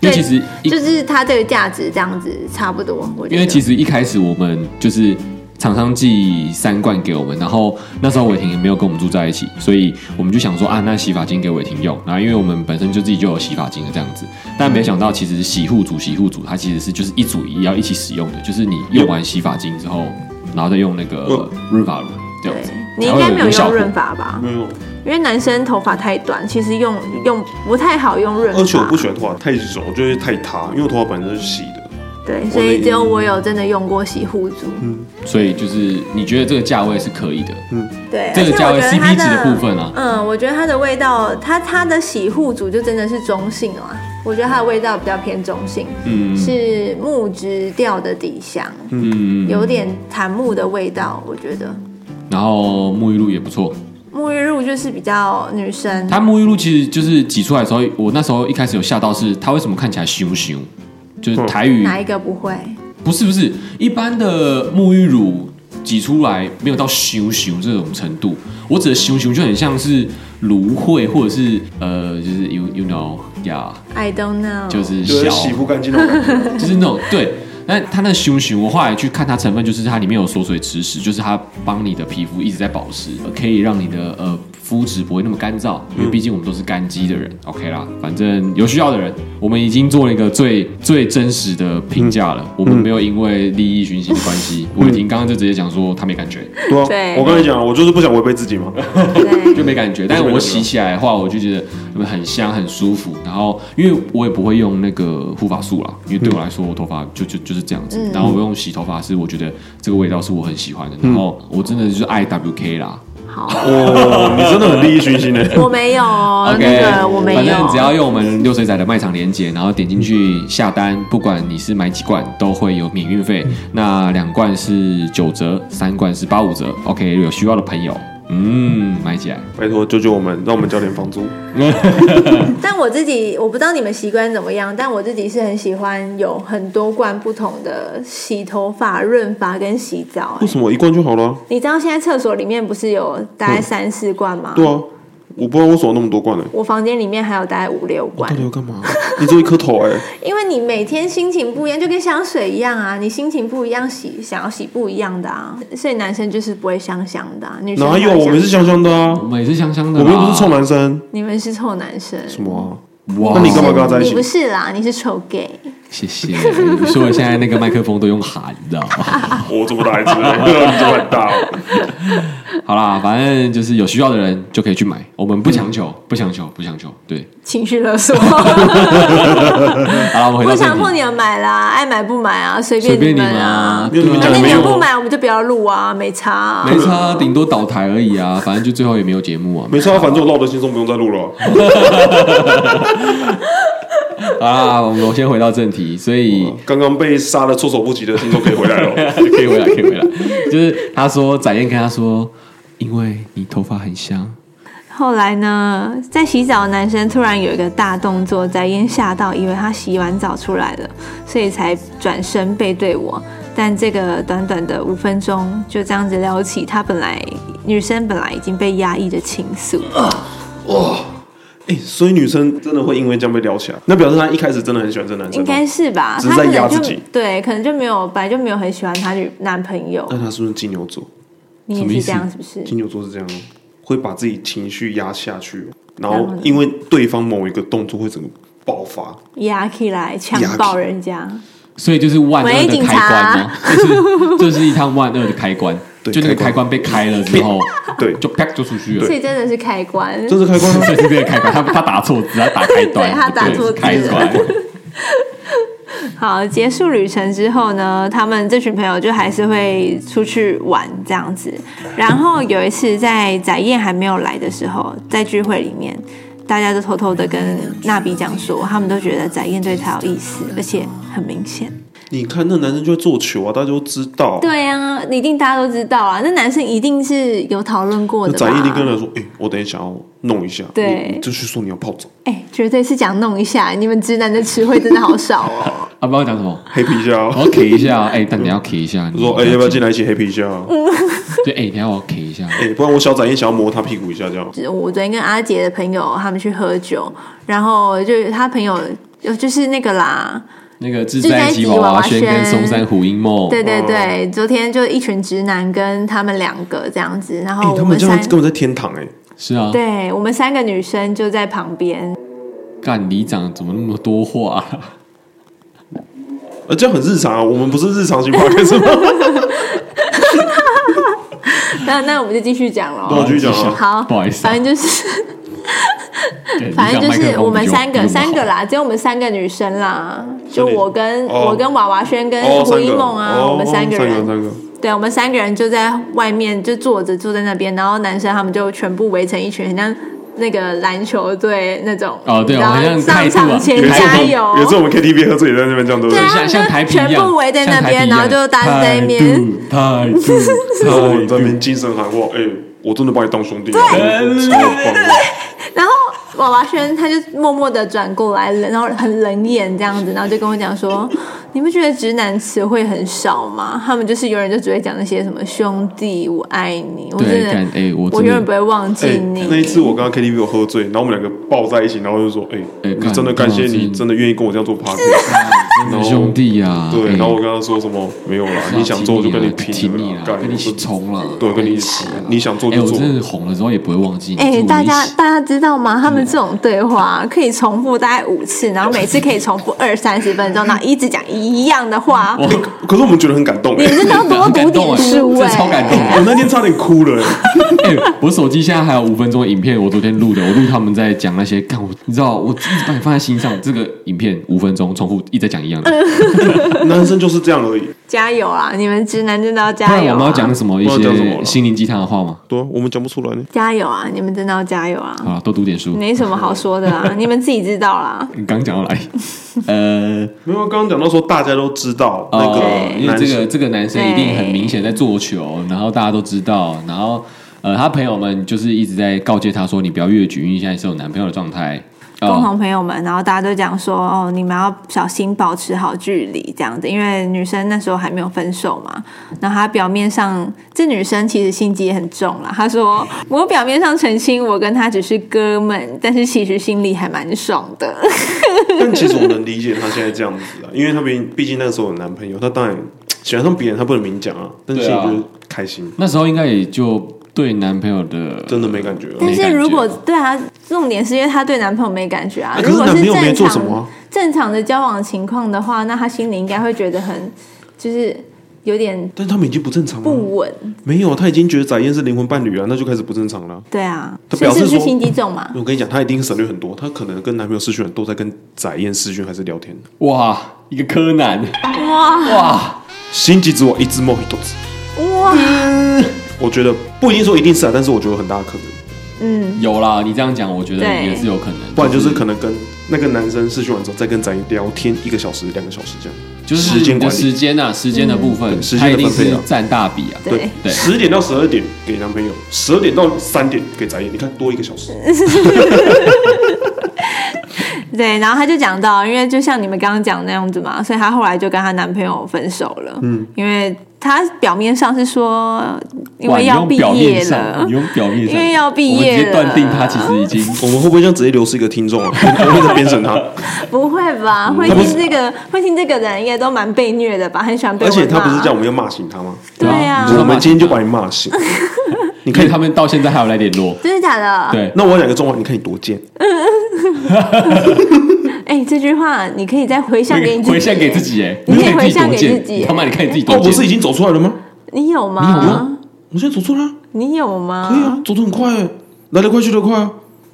B: 因为其实一
C: 就是它这个价值这样子差不多，我觉得。
B: 因为其实一开始我们就是厂商寄三罐给我们，然后那时候伟霆也没有跟我们住在一起，所以我们就想说啊，那洗发精给伟霆用。然后因为我们本身就自己就有洗发精的这样子，但没想到其实洗护组、洗护组它其实是就是一组也要一起使用的，就是你用完洗发精之后，然后再用那个润发乳这
C: 对
B: 样子，，
C: 你
B: 才
C: 应
B: 会
C: 该没有
B: 效
C: 用
B: 果
C: 润发吧？
F: 没有，
C: 因为男生头发太短，其实用用不太好用润发。
F: 而且我不喜欢头发太柔，就是太塌，因为我头发本来就是细的。
C: 对，所以只有我有真的用过洗护组。
B: 所以就是你觉得这个价位是可以的，
C: 对，
B: 这个价位
C: 而且我觉得
B: CP 值的
C: 它
B: 部分啊
C: 嗯，我觉得它的味道，它它的洗护组就真的是中性啦。我觉得它的味道比较偏中性，
B: 嗯
C: 是木质调的底香，
B: 嗯，
C: 有点檀木的味道。我觉得
B: 然后沐浴露也不错，
C: 沐浴露就是比较女生，
B: 它沐浴露其实就是挤出来的时候，我那时候一开始有吓到是，它为什么看起来熊熊？就是台语、
C: 哪一个不会？
B: 不是不是一般的沐浴乳挤出来没有到熊熊这种程度，我指的熊熊就很像是芦荟或者是呃就是 you you know yeah
C: I don't know，
B: 就是
F: 就是
B: 小
F: 洗不干净的感
B: [LAUGHS]
F: 觉。
B: 就是那种对。那它那熊熊，我后来去看它成分，就是它里面有锁水磁石，就是它帮你的皮肤一直在保湿，可以让你的呃肤质不会那么干燥，因为毕竟我们都是干肌的人、o k 啦。反正有需要的人，我们已经做了一个最最真实的评价了，我们没有因为利益熏心的关系，伟霆刚刚就直接讲说他没感觉，
F: 对
C: 对
F: 啊，我跟你讲，我就是不想违背自己 [LAUGHS] 嘛。
B: [LAUGHS]
C: 对
B: 就没感觉，但是我洗起来的话，我就觉得很香很舒服。然后因为我也不会用那个护发素啦，因为对我来说，我头发就就就是这样
F: 嗯
B: 子。然后我用洗头发是我觉得这个味道是我很喜欢的，然后我真的就是爱 WK 啦。
C: 好，
F: 哦，你真的很利益熏心 [LAUGHS] 呢。
C: 我没有哦
B: OK，
C: 那个我没有，
B: 反正只要用我们六水仔的卖场连接，然后点进去下单，不管你是买几罐，都会有免运
F: 嗯
B: 费。那两罐是九折，三罐是八五折。OK，有需要的朋友，嗯，买起来。
F: 拜哎托救救我们，让我们交点房租。
C: 但我自己我不知道你们习惯怎么样，但我自己是很喜欢有很多罐不同的洗头发、润发跟洗澡、
F: 为
C: 欸
F: 什么一罐就好了啊？
C: 你知道现在厕所里面不是有大概三四罐吗？
F: 嗯对啊，我不知道为什么那么多罐呢。
C: 我房间里面还有大概五六罐
F: 到，底要干嘛？你只有一颗头哎、
C: 因为你每天心情不一样，就跟香水一样啊，你心情不一样洗，想要洗不一样的啊，所以男生就是不会香香的、啊，女生
F: 哪
C: 才
F: 有？
C: 会
F: 我们是
C: 香，
F: 香香的啊
B: 我，们也是香香的
F: 我
B: 啦，
F: 们又不是臭男生。
C: 你们是臭男生，
F: 什么、啊？
B: 哇
F: 那你干嘛跟他在一
C: 你
F: 起
C: 不？是啦，你是臭 gay，
B: 谢谢，所以我现在那个麦克风都用喊的。哦
F: 我这么大一只， [LAUGHS] 你这么很大、
B: [LAUGHS] 好啦，反正就是有需要的人就可以去买，我们不强求，不强求，不强求。对，
C: 情绪勒
F: [LAUGHS]
C: 索。
B: 好啦，我们回到正
C: 不强迫
B: 题，
C: 你们买啦，爱买不买啊，随
B: 随
C: 便
B: 便你
C: 们
B: 们啊，
F: 因为
B: 对
F: 你们
C: 反
B: 啊
F: 讲
C: 正
F: 没
C: 你
F: 有
C: 们不买，我们就不要录啊，没差、啊。
B: 没差，顶多倒台而已啊，反正就最后也没有节目啊。
F: 没事啊，反正我闹得轻松，不用再录了。啊
B: 好啦，我们先回到正题，所以
F: 刚刚被杀的措手不及的听众可以回来 [LAUGHS] 了。
B: [LAUGHS] 可以回来，可以回来。就是他说，展燕跟他说，因为你头发很香，
C: 后来呢，在洗澡，男生突然有一个大动作，翟烟吓到，以为他洗完澡出来了，所以才转身背对我。但这个短短的五分钟，就这样子撩起他本来女生本来已经被压抑的情
F: 哦
C: 愫。
F: 哎、所以女生真的会因为这样被撩起来，那表示她一开始真的很喜欢这男生、
C: 应该
F: 哦。
C: 是吧，
F: 只是
C: 他可
F: 在压
C: 能
F: 自
C: 就
F: 己
C: 对，可能就没有，本来就没有很喜欢他女男朋友。
F: 但她是不是金牛座？
C: 你
B: 什么意
C: 也是
B: 思
C: 这样是不是？
F: 金牛座是这样哦，会把自己情绪压下去哦，然
C: 然
F: 后
C: 后呢
F: 因为对方某一个动作会整个爆发，
C: 压起来强
F: 压起
C: 暴人家，
B: 所以就是万恶
C: 喂
B: 的
C: 警
B: 开关吗？就是 [LAUGHS] 这是一趟万恶的开关，
F: 对
B: 就那个
F: 开关
B: 开关被开了之后，
F: 对
B: 就啪就出去了
C: 所。以真的是开关。
F: 这是开关吗？
B: 这是这个开关，他他打错字，他打开端，
C: 对他打
B: 对
C: 错字
B: 开关。
C: 好，结束旅程之后呢，他们这群朋友就还是会出去玩这样子。然后有一次在载燕还没有来的时候，在聚会里面，大家都偷偷的跟娜比讲说，他们都觉得载燕对他有意思，而且很明显。
F: 你看那男生就会做球啊，大家都知道。
C: 对啊，一定大家都知道啊，那男生一定是有讨论过
F: 那
C: 的
F: 翟
C: 吧？
F: 一定跟他说：“哎、我等一下要弄一下。你”
C: 对
F: 你就去说你要泡澡，
C: [LAUGHS] 哎、绝对是讲弄一下，你们直男的词汇真的好少哦。
B: 啊，不要讲什么，
F: 黑皮虾、 [LAUGHS]
B: 我要 K 一
C: [LAUGHS]
B: 下，哎，但你要 K 一下，
F: 我
B: 你
F: 哦说：“哎、要不要进
B: 来？
F: 来一起黑皮虾、啊？
B: 对，哎，等一下我要 K 一下。
F: 哎、不然我小展燕想要摸他屁股一下，这样。
C: 我昨天跟阿杰的朋友他们去喝酒，然后就他朋友有就是那个啦，
B: 那个自在吉娃娃轩跟松山虎鹰梦，
C: 对对对，昨天就一群直男跟他们两个这样子，然
F: 哎、
C: 后
F: 他
C: 嗯我
F: 们
C: 们
F: 这样
C: 三，
F: 根本在天堂哎、
B: 是啊，
C: 对我们三个女生就在旁边，
B: 干里长怎么那么多话啊？
F: 呃，这样很日常啊，我们不是日
C: [LAUGHS]
F: 常型 p o d 吗？
C: 那那我们就继续讲
F: 那我
C: 喽。
F: 继续讲啊。
C: 好，
B: 哦 [LAUGHS] 不好意思啊
C: 反正就是。
B: 干
C: 反正就是我们三个三。
B: 里长麦克风比较
C: 个啦，只有我们三个女生啦，就
F: 所以
C: 我跟、
F: 哦
C: 我跟娃娃轩跟
F: 哦，
C: 胡
F: 三
C: 一
F: 个，
C: 梦啊，
F: 哦，
C: 我们三个
F: 三
C: 人，
F: 个，三个，
C: 对我们三个人就在外面就坐着坐在那边，然后男生他们就全部围成一群，很像那个篮球队那种
B: 哦对
C: 然
B: 好
C: 后
B: 像
C: 上
B: 态度啊
C: 场前
B: 原来
C: 加
F: 有时
C: 油。
F: 候我们 KTV 喝醉也在那边这样，对不
C: 对
F: 对？
C: 啊，
B: 像像
C: 他
B: 台
C: 们就
B: 啤一样
C: 全部围在那边，
B: 像台啤一
C: 然
B: 样
C: 后就大家在那边，
B: 态
C: [LAUGHS]
B: 度，
F: 然后我
B: 态度，态
F: 们在那
B: 度。
F: 边精神喊话，哎、我真的把你当兄弟，对，超棒的。
C: 然后娃娃轩他就默默的转过来，然后很冷眼这样子，然后就跟我讲说：“你不觉得直男词汇很少吗？他们就是永远就只会讲那些什么兄弟，我爱你，我真
B: 对，
C: 的，
B: 干哎，我
C: 我
B: 真
C: 永
B: 的
C: 远不会忘记
F: 哎、
C: 你。
F: 那一次我跟他 KTV 我喝醉，然后我们两个抱在一起，然后就说：“哎、
B: 哎
F: 你
B: 干
F: 真的感谢
B: 真的
F: 你，
B: 是
F: 真的愿意跟我这样
B: [LAUGHS]
F: 做 p a r t
B: 真的兄弟呀。
F: 对，
B: 哎啊
F: 然后我跟他说什么没有啦，你想做我就跟你拼
B: 挺你
F: 了
B: 啦
F: 啦，，干
B: 啊跟你一起
F: 我真
B: 冲了，
F: 对跟你一起啊你想做就
B: 哎
F: 做
B: 我真的红了之后也不会忘记你。
C: 哎、
B: 就我们
C: 大家
B: 一起
C: 大家知道吗？他们这种对话可以重复大概五次，然后每次可以重复二三十分钟，然后一直讲一样
B: [LAUGHS]
C: 的话。
B: 哇，
F: [LAUGHS] 可是我们觉得很感动、
C: 你
F: 哎
C: 们真的要多
B: 很哦
C: 读
B: 感动
C: 点
B: 哎
C: 书
B: 这
C: 哎、
B: 超感动的。
F: [LAUGHS] 我那天差点哭了、哎
B: 哎、我手机现在还有五分钟的影片，我昨天录的，我录他们在讲那些，看我，你知道，我一直把你放在心上。这个影片五分钟重复一直在讲一样的，
C: 嗯
F: 男生就是这样而已。
C: 加油啊！你们直男真的要
B: 不
C: 加
B: 然
C: 油、
B: 我们要讲
C: 啊！
B: 什么一
F: 不然讲什么
B: 些
F: 了
B: 心灵鸡汤的话吗？
F: 对啊、我们讲不出来呢。
C: 加油啊！你们真的要加油啊！
B: 好了，多读点书。
C: 没什么好说的 [LAUGHS] 啦，你们自己知道啦。
B: 你刚讲到哪里？呃，
F: 没有，啊刚刚讲到说大家都知道那个
B: 哦，因为
F: 男
B: 这
F: 生
B: 个这个男生一定很明显在做球，然后大家都知道，然后呃，他朋友们就是一直在告诫他说，你不要越矩，因为现在是有男朋友的状态。
C: 共
B: 哦，
C: 同朋友们，然后大家都讲说，哦，你们要小心保持好距离这样子，因为女生那时候还没有分手嘛。然后她表面上，这女生其实心机也很重啦。她说，我表面上澄清我跟他只是哥们，但是其实心里还蛮爽的。
F: [LAUGHS] 但其实我能理解她现在这样子啊，因为她毕毕竟那时候有男朋友，她当然喜欢上别人，她不能明讲啊，但是
B: 对
F: 心
B: 啊
F: 里就是开心，
B: 那时候应该也就对男朋友的
F: 真的没感觉啊了。
C: 但
B: 没感
C: 是
B: 觉
C: 如果对啊，重点是因为她对男朋友没感觉啊。
F: 啊可
C: 如
F: 是
C: 果
F: 男朋友
C: 正常
F: 没做什么啊
C: 正常的交往情况的话，那她心里应该会觉得很，就是有点
F: 但他们已经不正常了，
C: 不稳。
F: 没有，她已经觉得翟燕是灵魂伴侣啊，那就开始不正常了。
C: 对啊，
F: 他
C: 所以
F: 表示
C: 是不是
F: 说
C: 心机重嘛？
F: 我跟你讲，她一定省略很多，她可能跟男朋友视讯都在跟翟燕视讯还是聊天。
B: 哇，一个柯南，
C: 哇
B: 哇，
F: 心机之王一只梦一斗子，
C: 哇，
F: 我觉得不一定说一定是啊，但是我觉得有很大可能，
C: 嗯，
B: 有啦，你这样讲，我觉得
C: 对
B: 也是有可能。
F: 不然就是可能跟那个男生视讯完之后再跟翟燕聊天一个小时、两个小时这样。
B: 就是
F: 时间
B: 你的
F: 管理
B: 时间啊，时间的部分，
F: 时
B: 它
F: 间
B: 一
F: 的
B: 定
F: 分配
B: 是
F: 啊
B: 占大笔啊。
C: 对，
B: 对
F: 十点到十二点给男朋友，十二点到三点给翟燕，你看多一个小时。 [LAUGHS]
C: 对，然后她就讲到，因为就像你们刚刚讲那样子嘛，所以她后来就跟她男朋友分手了。嗯，因为她表面上是说，因
B: 哇
C: 为
B: 你
C: 要
B: 用
C: 毕
B: 表
C: 业
B: 面上，
C: [LAUGHS] 了
B: 你，用表面上，
C: 因为要毕
B: 我们直
C: 业
B: 接
C: 了
B: 断定他其实已经
F: 我们会不会这样直接流失一个听众 [LAUGHS] 啊？我们在编审他，
C: 不会吧？会
F: 他不
C: 听
F: 是
C: 这个会听这个人应该都蛮被虐的吧？很喜欢被
F: 而
C: 我
F: 且他
C: 骂
F: 不是叫我们要骂醒他吗？
C: 对
B: 啊
C: 啊
B: 你知，道
F: 我
B: 吗
F: 们今天就把你骂醒。 [LAUGHS] 你
B: 你看
F: 看
B: 他，们到现在还有来联络。
C: 真的假的？
B: 对，
F: 那我讲个中文，你看你多贱。
C: 哎、哎、这句话你可以再回向给你自己，
B: 回向给自己哎，
C: 你可以
B: 看
C: 回
B: 你自己
C: 向
B: 多
C: 给自
B: 贱，
C: 己
B: 你他妈你看你自己多
F: 哦，
B: 贱，
F: 不是已经走出来了吗？
C: 你有吗？
F: 我现在走出来了，
C: 你有吗？
F: 可以啊，走得很快欸，来得快去得快啊，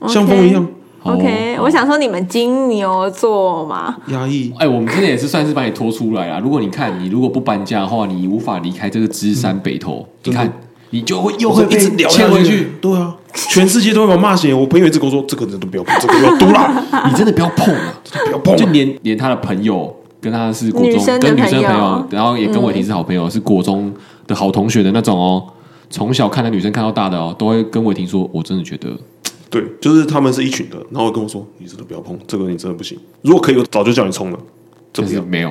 F: 像风一样。
B: 好
C: OK，、我想说你们金牛座嘛，
F: 压抑，
B: 哎、我们真的也是算是把你拖出来啊了。如果你看，你如果不搬家的话，你无法离开这个芝山北头。
C: 嗯
B: 你看，你就会又
F: 我
B: 会
F: 会
B: 被
F: 一直聊
B: 牵
F: 下
B: 回去。。
F: 对啊，全世界都会把我骂醒。我朋友一直跟我说，这个人都不要碰，这个不要嘟啦， [LAUGHS]
B: 你真的不要碰
C: [LAUGHS]
B: 啊！
F: 不要碰
B: 就
F: 啊。
B: 连连他的朋友，跟他是国
C: 女
B: 中
C: 生的
B: 跟女生
C: 朋
B: 朋
C: 友嗯
B: 友，然后也跟伟霆是好朋友，是国中的好同学的那种哦。从小看的女生看到大的哦，都会跟伟霆说：“我真的觉得
F: 对，就是他们是一群的，然后跟我说，你真的不要碰，这个你真的不行。如果可以，我早就叫你冲了。这
B: 就
F: 不
B: 是
F: 要，
B: 没有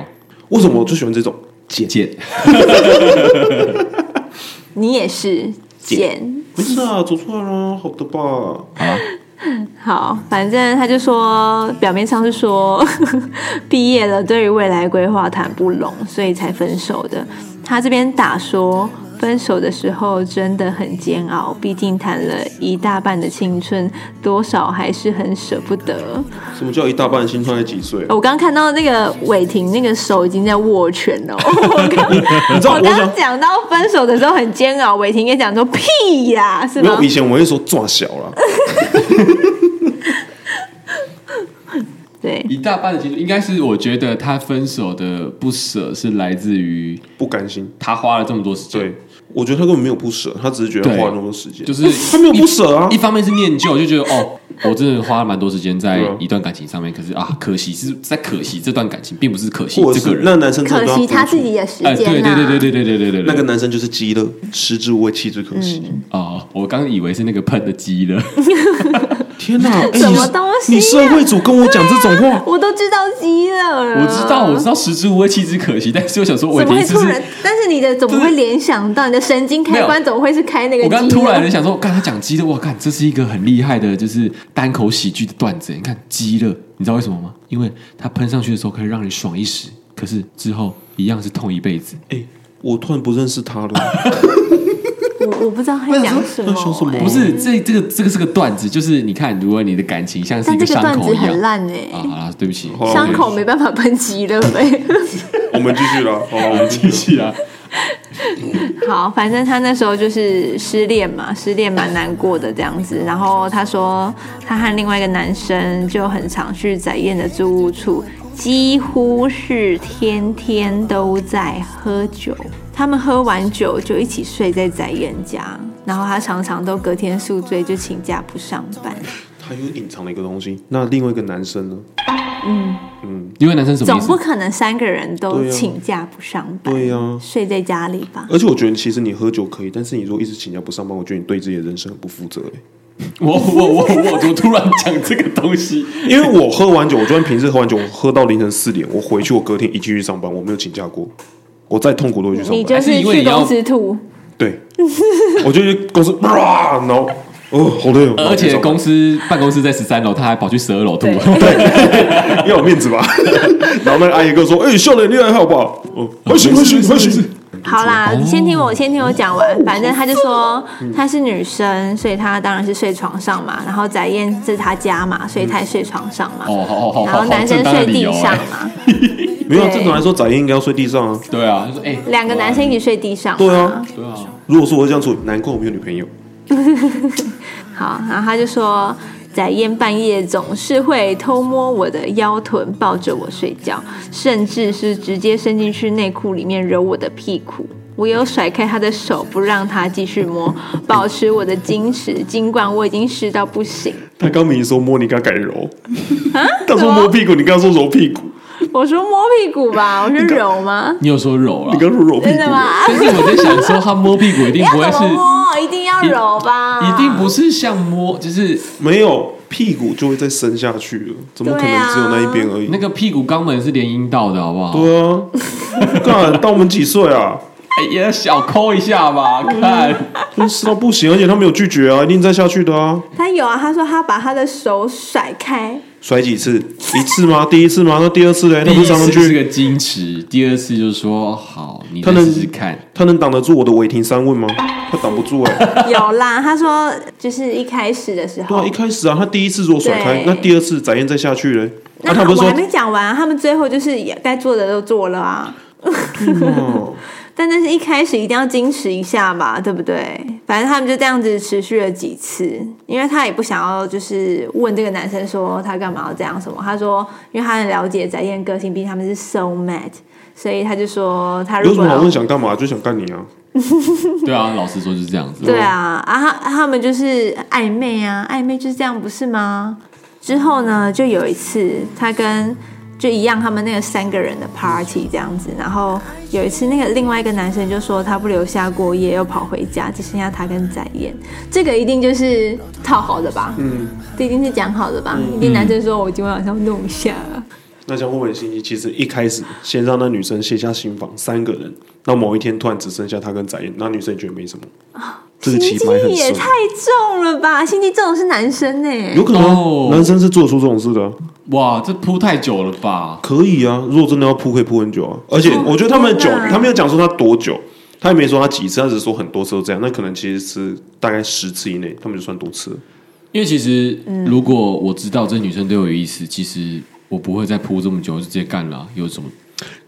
F: 为什么我就喜欢这种？
B: 见。
C: 你也是简。
F: 没事啊，走出来了，好的吧？
C: 好，反正他就说，表面上是说 [LAUGHS] 毕业了，对于未来规划谈不拢，所以才分手的。他这边打说，分手的时候真的很煎熬，毕竟谈了一大半的青春，多少还是很舍不得。哦
F: 什么叫一大半新创才几岁
B: 哦
F: 啊？
C: 我刚看到那个伟霆那个手已经在握拳了， [LAUGHS] 我刚
F: 你知道
C: 我
F: 我
C: 刚
F: 想。
C: 讲到分手的时候很煎熬，伟霆也讲说屁呀、是
F: 没
C: 吗
F: 有，以？前我会说抓小了，
C: 对”，
B: 一大半的其实应该是我觉得他分手的不舍是来自于
F: 不甘心。
B: 他花了这么多时间。
F: 对，我觉得他根本没有不舍，他只是觉得
B: 对
F: 花了那么多时间，
B: 就是
F: 他没有不舍啊
B: 一。方面是念旧，就觉得
F: [LAUGHS]
B: 哦，我真的花了蛮多时间在
F: 对啊
B: 一段感情上面，可是啊，可惜是在可惜这段感情，并不是可惜
F: 或者
B: 这个
F: 是
B: 人。
F: 那男生真
C: 可
F: 的啊都要
C: 惜他
F: 付出
C: 自己的时
B: 哎，对
C: 间啊
B: 对
C: 呐、
B: 对对对对对对对，
F: 那个男生就是鸡了，食之无味，弃之可惜。
C: 嗯
B: 哦，我刚以为是那个喷的鸡了，
F: 天哪，哎
C: [LAUGHS] 什么
F: 你是
C: 东西呀
F: 你社会组跟我讲这种话，
C: 我都知道鸡了，
B: 我知道我知道食之无味弃之可惜，但是我想说，我
C: 怎么
B: 第一
C: 会
B: 次
C: 突
B: 是
C: 然？但是你的怎么会联想到你的神经开
B: 没
C: 关
B: 有
C: 怎么会是开那个
B: 我
C: 鸡呢？
B: 刚突然的想说，刚他讲鸡的，哇，看这是一个很厉害的，就是单口喜剧的段子。你看鸡了，你知道为什么吗？因为它喷上去的时候可以让你爽一时，可是之后一样是痛一辈子。
F: 哎，我突然不认识他了，
C: 我我不知道他讲什么、
F: 我想说
C: 哎
F: [LAUGHS]
B: 不是，这这个这个是个段子，就是你看，如果你的感情像是一
C: 但这个
B: 伤
C: 段
B: 口
C: 子
B: 一样
C: 很烂哎、
B: 啊，好啦，对不起，
F: 好
C: 伤口没办法喷鸡了呗。
F: 我们继续 [LAUGHS] 了，好了，我
B: 我
F: 们
B: 继续啊。
C: 好，反正他那时候就是失恋嘛，失恋蛮难过的这样子。然后他说，他和另外一个男生就很常去载燕的住屋处，几乎是天天都在喝酒。他们喝完酒就一起睡在载燕家，然后他常常都隔天宿醉，就请假不上班。
F: 他又隐藏了一个东西。那另外一个男生呢？
B: 因为男生什么
C: 总
B: 意
C: 不
B: 思？
C: 可能三个人都
F: 对啊
C: 请假不上班，
F: 对啊
C: 睡在家里吧。
F: 而且我觉得，其实你喝酒可以，但是你如果一直请假不上班，我觉得你对自己的人生很不负责、欸。
B: 我我我我怎么突然讲这个东
C: [LAUGHS]
B: 西？
F: 因为我喝完酒，我昨天平时喝完酒，我喝到凌晨四点，我回去，我隔天一继续上班，我没有请假过，我再痛苦都会去上
C: 你
F: 班。
C: 就是
B: 哎还是因为
C: 去
B: 你要
C: 公司吐，
F: 对，我就去公司，哇，然后哦，好累哦，
B: 而且
F: 然后
B: 公司办公室在十三楼，他还跑去十二楼吐
C: 对。
F: 去上 [LAUGHS] 班要有面子吧。然后那个阿姨跟我说：“哎、笑脸厉害，好不好？”哦，还行，还行，还行。
C: 好啦，
B: 哦
C: 你先听我，先听我讲完。反正他就说她是女生，所以她当然是睡床上嘛。然后翟燕是她家嘛，所以她也睡床上嘛。
B: 哦，好好好
C: 然后
B: 好，
C: 男生
B: 正当的
C: 睡
B: 理
C: 地
B: 由
C: 上
B: 哎。
C: 嘛，
F: 没有啊，
C: 对
F: 正常来说，仔应该要睡地上啊。
B: 对啊，就说哎，
C: 两个男生一起睡地上。
F: 对啊，
B: 对啊，
F: 如果说我会这样做，难怪我没有女朋友。
C: 好，然后他就说，翟燕半夜总是会偷摸我的腰臀，抱着我睡觉，甚至是直接伸进去内裤里面揉我的屁股。我有甩开他的手，不让他继续摸，保持我的矜持。尽管我已经湿到不行，
F: 他刚明说摸你，刚改揉。
C: 啊
F: 他说摸屁股，你刚说揉屁股，
C: 我说摸屁股
B: [LAUGHS]
C: 吧，我说揉吗？
B: 你有说啊揉了
F: 你，刚说揉屁
C: 真的
F: 股。
C: 吗？
B: [LAUGHS]
C: 哎
B: 但是我在想说，他摸屁股一定
C: 要
B: 不会
C: 怎
B: 是
C: 么，摸？一啊定要揉吧？
B: 一定不是像摸，就是
F: 没有屁股就会再伸下去了，怎么可
C: 对啊
F: 能只有那一边而已
B: 那？个屁股肛门是连阴道的，好不好？
F: 对啊，干到我们几岁啊？
B: 也哎小抠一下吧，
C: 嗯
B: 看。
F: 真是到不行，而且他没有拒绝啊，一定再下去的啊。
C: 他有啊，他说他把他的手甩开，
F: 甩几次？一次吗？第一次吗？那第二次嘞？他
B: 第
F: 不
B: 一
F: 是常常
B: 次是
F: 去？
B: 个矜持，第二次就说好，你
F: 他
B: 再
F: 能
B: 试试
C: [LAUGHS]
B: 看。
F: 他能挡得住我的违停三问吗？他挡不住哎、
C: 有啦。他说就是一开始的时候
F: 对啊，一，开始啊，他第一次如果甩开
C: 对，
F: 那第二次展燕再下去嘞，那、
C: 那
F: 他不是
C: 我
F: 说
C: 还没讲完啊，他们最后就是也该做的都做了啊。
F: 哦
C: 但但是一开始一定要矜持一下嘛，对不对？反正他们就这样子持续了几次，因为他也不想要就是问这个男生说他干嘛要这样什么。他说，因为他很了解翟燕个性，毕竟他们是 soul mate，所以他就说他
F: 有
C: 如
F: 什
C: 果
F: 么好
C: 要
F: 问想干嘛？就想干你啊！
B: 对啊，老实说就是这样子。
C: 对，啊，啊，他他们就是暧昧啊，暧昧就是这样，不是吗？之后呢，就有一次他跟就一样，他们那个三个人的 party 这样子，然后有一次那个另外一个男生就说他不留下过夜，又跑回家，只剩下他跟展燕，这个一定就是套好的吧？嗯，这一定是讲好的吧？
F: 嗯
C: 一定男生说我今晚晚上弄一下，
F: 那这样会不会心机？其实一开始先让那女生卸下心防，三个人，那某一天突然只剩下他跟展燕，那女生也觉得没什么，这个
C: 心
F: 棋
C: 机
F: 埋很
C: 也
F: 深
C: 太，重了吧？心机重的是男生欸呢、
F: 有可能啊、
B: 哦
F: 男生是做出这种事的啊、
B: 哇，这铺太久了吧？
F: 可以啊，如果真的要铺，可以铺很久啊。而
C: 哦
F: 且我觉得他们久
C: 天，哪
F: 他没有讲说他多久，他也没说他几次，他只是说很多次都这样。那可能其实是大概十次以内，他们就算多次了。
B: 因为其实如果我知道这女生对我有意思，其实我不会再铺这么久，就直接干了啊。有什么？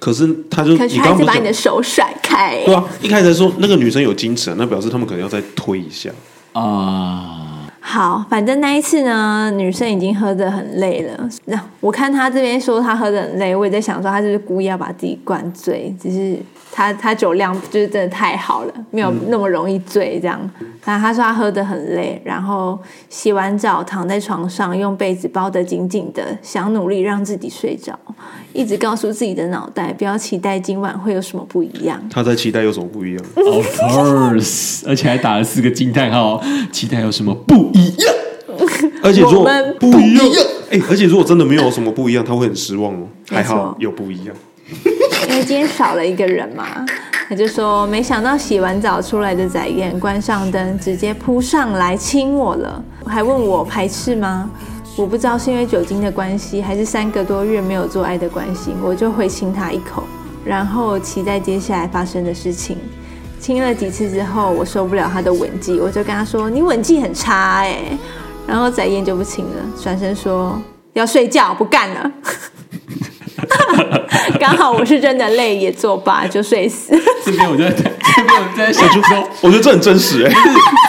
F: 可是他就
C: 可
F: 你
C: 是
F: 刚
C: 他
F: 刚
C: 一直
F: 不是
C: 把你
F: 讲
C: 的手甩开、
F: 对啊？一开始说那个女生有矜持啊，那表示他们可能要再推一下。
C: [LAUGHS]
B: 啊，
C: 好，反正那一次呢，女生已经喝得很累了。那我看她这边说她喝得很累，我也在想说她就是故意要把自己灌醉，只是她她酒量就是真的太好了，没有那么容易醉这样。然后她说她喝得很累，然后洗完澡躺在床上，用被子包得紧紧的，想努力让自己睡着，一直告诉自己的脑袋不要期待今晚会有什么不一样。
F: 他在期待有什么不一样？
B: Of course，而且还打了四个惊叹号，期待有什么不一样？
F: 而且如
C: 我
F: 果
C: 们
F: 不一样，哎、而且如果真的没有什么不一样，他会很失望哦。
C: 没错
F: 还好有不一样，
C: 因为今天少了一个人嘛，他就说没想到洗完澡出来的仔燕关上灯，直接扑上来亲我了，还问我排斥吗？我不知道是因为酒精的关系，还是三个多月没有做爱的关系，我就会亲他一口，然后期待接下来发生的事情。亲了几次之后，我受不了他的吻技，我就跟他说：“你吻技很差哎、然后仔燕就不亲了，转身说：“要睡觉，不干了。”刚好我是真的累，也作罢，就睡死。
B: 这边我就在， [LAUGHS] 这边我就在想说。
F: 我觉得这很真实哎、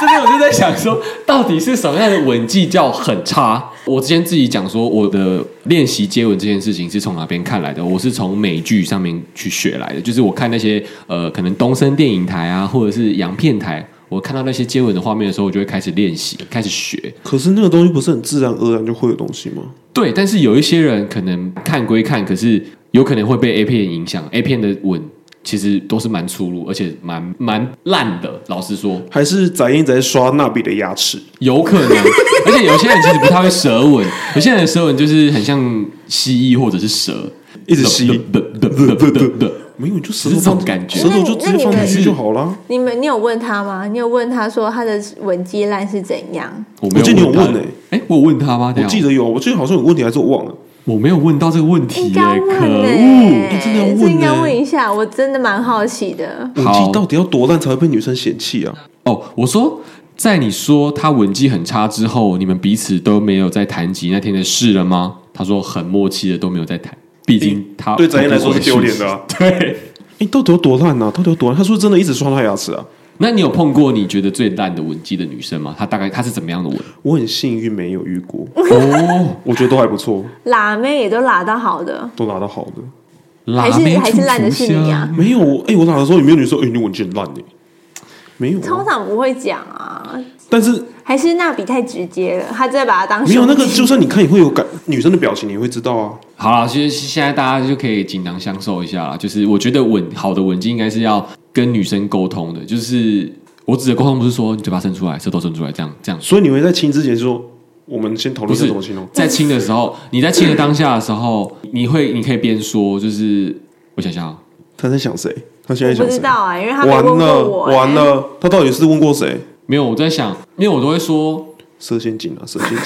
B: 这边我就在想说，到底是什么样的吻技叫很差？我之前自己讲说，我的练习接吻这件事情是从哪边看来的？我是从美剧上面去学来的，就是我看那些呃，可能东森电影台啊，或者是洋片台，我看到那些接吻的画面的时候，我就会开始练习，开始学。
F: 可是那个东西不是很自然而然就会有东西吗？
B: 对，但是有一些人可能看归看，可是有可能会被 A 片影响，A 片的吻。其实都是蛮粗鲁，而且蛮蛮烂的。老实说，
F: 还是翟燕在刷蜡笔的牙齿？
B: 有可能，而且有些人其实不太会舌吻，有些人的舌吻就是很像蜥蜴或者是蛇，
F: 一直吸
B: 不不不不不不，
F: 没有，你就舌
B: 是
F: 头
B: 这种
F: 放
B: 感觉
F: 舌头就直接放进去就好啦。
C: 你们，你有问他吗？你有问他说他的吻肌烂是怎样？
B: 我没
F: 我记得你有
B: 有
F: 问
B: 呢
F: 欸，
B: 哎、我有问他吗？
F: 我记得有，我记得好像有问题，还是我忘了。
B: 我没有问到这个问题、
C: 应
B: 耶，
C: 该问欸
B: 可
C: 呢、
B: 恶！
F: 真的要问
C: 这应该
F: 欸
C: 问一下，我真的蛮好奇的。
F: 我
B: 好
F: 记到底要多烂才会被女生嫌弃啊？
B: 哦，我说，在你说他吻技很差之后，你们彼此都没有再谈及那天的事了吗？他说很默契的都没有再谈，毕竟他
F: 对翟燕来说是丢脸的、啊。
B: 对，
F: 哎，到底有多烂啊？到底有多烂？他是不是真的一直刷他牙齿啊？
B: 那你有碰过你觉得最烂的吻技的女生吗？她大概她是怎么样的吻？
F: 我很幸运没有遇过，
B: 哦，
F: 我觉得都还不错，
C: 辣妹也都辣到好的，
F: 都拿到好的。
B: 辣
C: 还是
B: 妹
C: 还是
B: 处
C: 烂的
B: 处
C: 是你
B: 香
C: 啊？
F: 没有，哎，我打的时候也没有女生说，哎，你吻技很烂呢。没有啊，
C: 通常不会讲啊。
F: 但是
C: 还是那比太直接了，他真的把他当
F: 没有
C: 兄
F: 那
C: 弟
F: 个，就算你看也会有感，女生的表情你也会知道啊。
B: 好了，其实现在大家就可以锦囊相授一下啦。就是我觉得吻好的吻技应该是要跟女生沟通的，就是我指的沟通不是说你嘴巴伸出来，舌头伸出来这样这样，
F: 所以你会在亲之前说，我们先讨
B: 不
F: 论一下
B: 是
F: 怎么亲哦。
B: 在亲的时候，你在亲的当下的时候，你会你可以边说就是我想想啊，
F: 他在想谁？他他现在
C: 我不
F: 想
C: 知
F: 谁？
C: 道啊，因为他没
F: 完
C: 问过
F: 了
C: 我、欸哎
F: 完，了，他到底是问过谁？
B: 没有，我都在想，因为我都会说，
F: 蛇仙警啊，蛇仙警，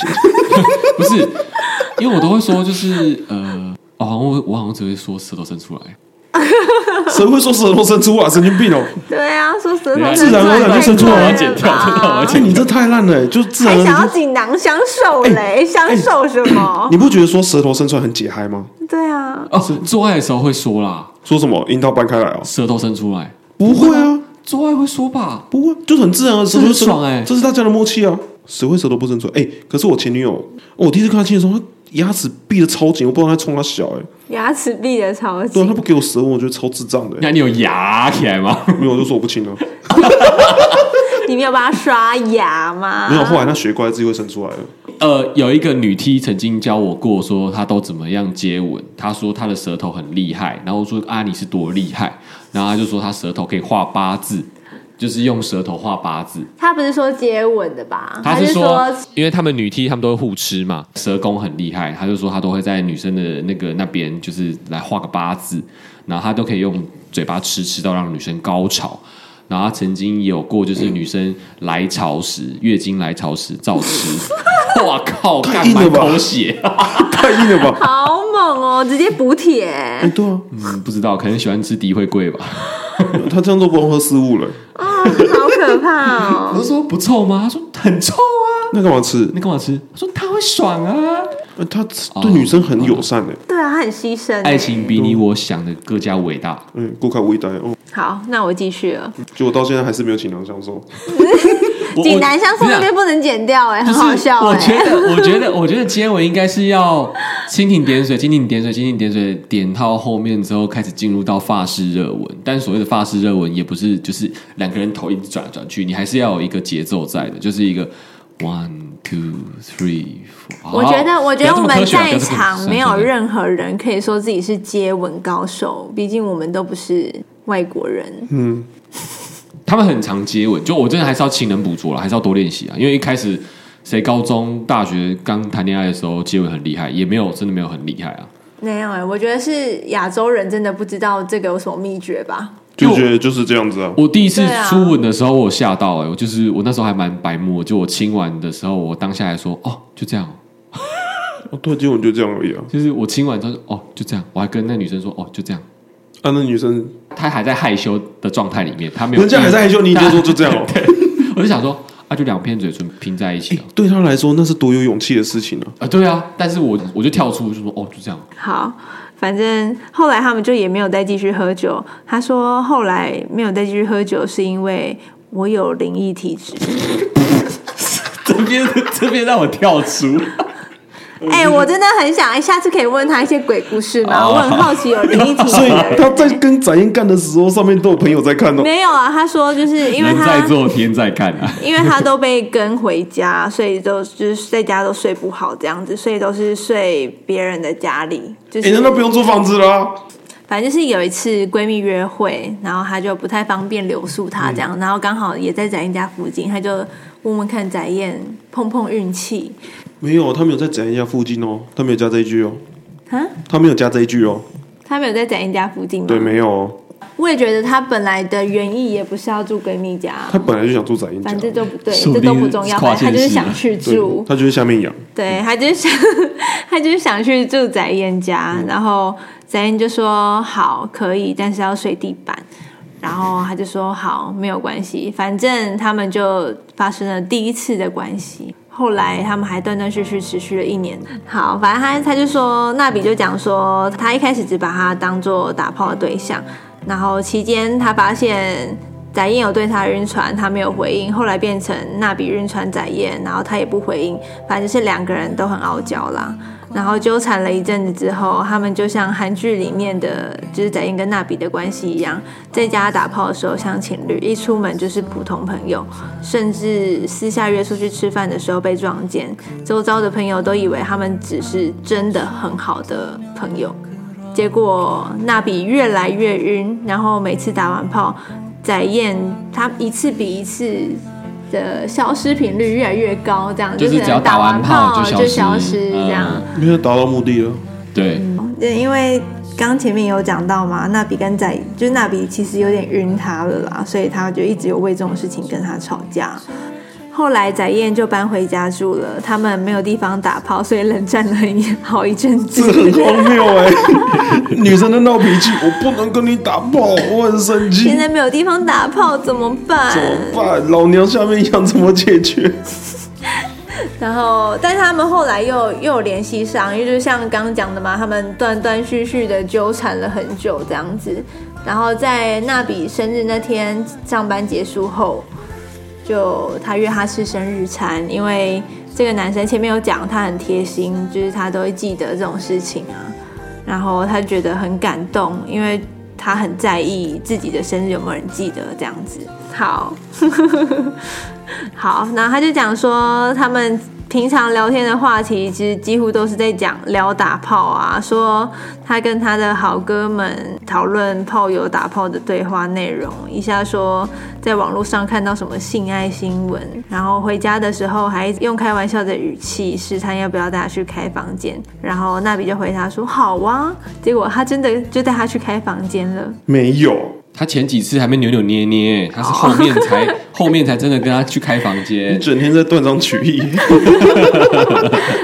B: 不是， [LAUGHS] 因为我都会说，就是呃，哦，好像我我好像只会说舌头伸出来，
F: [LAUGHS] 谁会说舌头伸出啊？神经病哦！
C: 对啊，说舌头
B: 对啊
C: 伸
F: 自然
C: 出来
F: 而然就
C: 太
F: 伸出来
C: 快
F: 我要
C: 了
B: 剪掉
C: 吧
B: 真的我要
F: 而且啊你这太烂了，欸就哎自然
C: 还
F: 而
C: 想要
F: 然
C: 锦囊相授嘞，相授什
F: 就。
C: 么？
F: 你不觉得说舌头伸出来很解嗨吗？
C: 对啊，
B: 哦，做爱的时候会说啦，
F: 说什么樱桃掰开来哦？
B: 舌头伸出来，
F: 不会啊，
B: 做爱会说吧？
F: 不会，就很自然而然，舌头伸
B: 这很爽欸
F: 这是大家的默契啊。谁会舌头不伸出来？哎、可是我前女友，哦我第一次看她亲的时候，她牙齿闭的超紧，我不知道她冲她小哎、
C: 牙齿闭的超
F: 对啊，她
C: 紧，
F: 不给我舌吻，我觉得超智障的、欸。
B: 那你有牙起来吗？
F: 没有，我就说我不啊
B: [LAUGHS]
F: 亲了。
C: 你没有帮他刷牙吗？
F: 没有，后来她学乖，自己会伸出来了。
B: 呃，有一个女 T 曾经教我过，说她都怎么样接吻。她说她的舌头很厉害，然后我说啊你是多厉害，然后她就说她舌头可以画八字，就是用舌头画八字，
C: 他不是说接吻的吧？
B: 他是
C: 是
B: 说
C: 说，
B: 因为他们女 T 他们都会互吃嘛，蛇功很厉害，他就说他都会在女生的那个那边就是来画个八字，然后他都可以用嘴巴吃吃到让女生高潮。然后他曾经有过就是女生来潮时，
F: [LAUGHS]
B: 月经来潮时照吃，哇靠，干
F: 硬了
B: 满
F: 吧
B: 口血。
F: 太硬了
B: [LAUGHS]
F: 吧？
C: 好猛哦，直接补铁
F: 哎、对啊，
B: 嗯，不知道，可能喜欢吃敌会贵吧。
F: 她这样都不用喝四物了，
C: 啊，好可怕
B: 我
C: 哦！
B: 就说不臭吗？他说很臭啊。
F: 那干嘛吃？
B: 你干嘛吃？他说他会爽啊。
F: 呃她对女生很友善哎、
C: 对啊，他很牺牲欸。
B: 爱情比你我想的更加伟大。
F: 嗯，顾客微呆哦，
C: 好，那我继续了。
F: 结果到现在还是没有请囊相授。
B: 我
C: 锦南相
B: 我
C: 送那边不能剪掉，哎，
B: 就
C: 很
B: 是
C: 好笑
B: 我觉
C: 哎。
B: 得，我觉得，我觉得接吻应该是要蜻蜓点水，蜻蜓点水，蜻蜓点水，点到后面之后开始进入到发式热吻。但所谓的发式热吻，也不是就是两个人头一直转来转去，你还是要有一个节奏在的，就是一个 one two three four。
C: 我觉得，我觉得我们
B: 啊
C: 在场没有
B: 认。
C: 任何人可以说自己是接吻高手，毕竟我们都不是外国人。
B: 嗯他们很常接吻，就我真的还是要勤能补拙了，还是要多练习啊。因为一开始谁高中、大学刚谈恋爱的时候接吻很厉害，也没有真的没有很厉害啊。
C: 没有哎、我觉得是亚洲人真的不知道这个有什么秘诀吧？
F: 就觉得就是这样子啊。
B: 我第一次
C: 对啊
B: 初吻的时候，我有吓到哎、我就是我那时候还蛮白目，就我亲完的时候，我当下还说哦就这样哦，
F: 哦对，结果就这样而已啊。
B: 就是我亲完之后就哦就这样，我还跟那女生说哦就这样，
F: 啊，那女生
B: 她还在害羞的状态里面，她没有，
F: 人家还在害羞，你就说就这样哦、
B: 啊 [LAUGHS] 我就想说啊就两片嘴唇拼在一起了、
F: 对他来说，那是多有勇气的事情啊！
C: [LAUGHS]
B: 啊对啊，但是我我就跳出就说哦就这样，
C: 好，反正后来他们就也没有再继续喝酒。他说后来没有再继续喝酒，是因为我有灵异体质。
B: [LAUGHS] 这边这边让我跳出。
F: 嗯
C: 哎、我真的很想，哎、下次可以问他一些鬼故事吗？
B: 哦
C: 我很好奇有灵异体质
F: [LAUGHS] 所以
C: 的人。
F: 他在跟展燕干的时候，上面都有朋友在看哦、
C: 没有啊，他说就是因为
B: 人
C: 他
B: 在做天在看啊。
C: 因为他都被跟回家，所以都就是在家都睡不好这样子，所以都是睡别人的家里。就是、
F: 哎、难道不用租房子啦、
C: 反正就是有一次闺蜜约会，然后她就不太方便留宿她
B: 嗯
C: 这样，然后刚好也在展燕家附近，她就问问看展燕碰碰
B: 嗯
C: 运气
F: 没有，他没有在展燕家附近哦、他没有加这一句哦、
C: 啊。
F: 他没有加这一句哦、
C: 她没有在展燕家附近吗？
F: 对，没有哦、
C: 我也觉得她本来的原意也不是要住闺蜜家，
F: 他本来就想住展燕家
C: 反正，这都不对，
B: 说不
C: 这
B: 定
C: 都不重要，
B: 是跨
C: 反正她就是
B: 县市啊
C: 想去
F: 对
C: 住，。
F: 他就是下面养。
C: 对，他就是想， [LAUGHS] 他就是想去住翟燕家，然后翟燕就说好可以，但是要睡地板。然后他就说好，没有关系，反正他们就发生了第一次的关系。后来他们还断断续续持续了一年。好，反正他他就说，娜比就讲说，他一开始只把他当做打炮的对象，然后期间他发现载燕有对他晕船，他没有回应，后来变成娜比晕船载燕，然后他也不回应，反正就是两个人都很傲娇啦。然后纠缠了一阵子之后，他们就像韩剧里面的，就是载燕跟娜比的关系一样，在家打炮的时候像情侣，一出门就是普通朋友，甚至私下约出去吃饭的时候被撞见，周遭的朋友都以为他们只是真的很好的朋友。结果那比越来越晕，然后每次打完炮，载燕她一次比一次的消失频率越来越高，这样
B: 就是
C: 可能
B: 只要
C: 打
B: 打完
C: 炮
B: 炮就
C: 就
B: 消
C: 消
B: 失嗯
C: 失这样。 [LAUGHS]
F: 因为他达到目的了，
B: 对，
C: 对，因为刚前面有讲到嘛，那比跟仔就是那比其实有点晕他了啦，所以他就一直有为这种事情跟他吵架。后来仔燕就搬回家住了，他们没有地方打炮，所以冷战了一好一阵子。
F: 这很荒谬哎、 [LAUGHS] 女生的闹脾气，我不能跟你打炮，我很生
C: [LAUGHS]
F: 气，
C: 现在没有地方打炮怎么办？
F: 怎么办？老娘下面想怎么解决？
C: 然后，但是他们后来又又有联系上，因为就像刚刚讲的嘛，他们断断续续的纠缠了很久这样子。然后在纳比生日那天上班结束后，就他约他吃生日餐，因为这个男生前面有讲他很贴心，就是他都会记得这种事情啊。然后他觉得很感动，因为他很在意自己的生日有没有人记得这样子。好。好，那他就讲说，他们平常聊天的话题其实几乎都是在讲聊打炮啊，说他跟他的好哥们讨论炮友打炮的对话内容，一下说在网络上看到什么性爱新闻，然后回家的时候还用开玩笑的语气试探要不要带他去开房间，然后娜比就回他说好啊，结果他真的就带他去开房间了。
F: 没有，
B: 他前几次还没扭扭捏捏，他是后面才后面才真的跟他去开房
F: 你 [LAUGHS]
B: 间。
F: 整天在断章取义。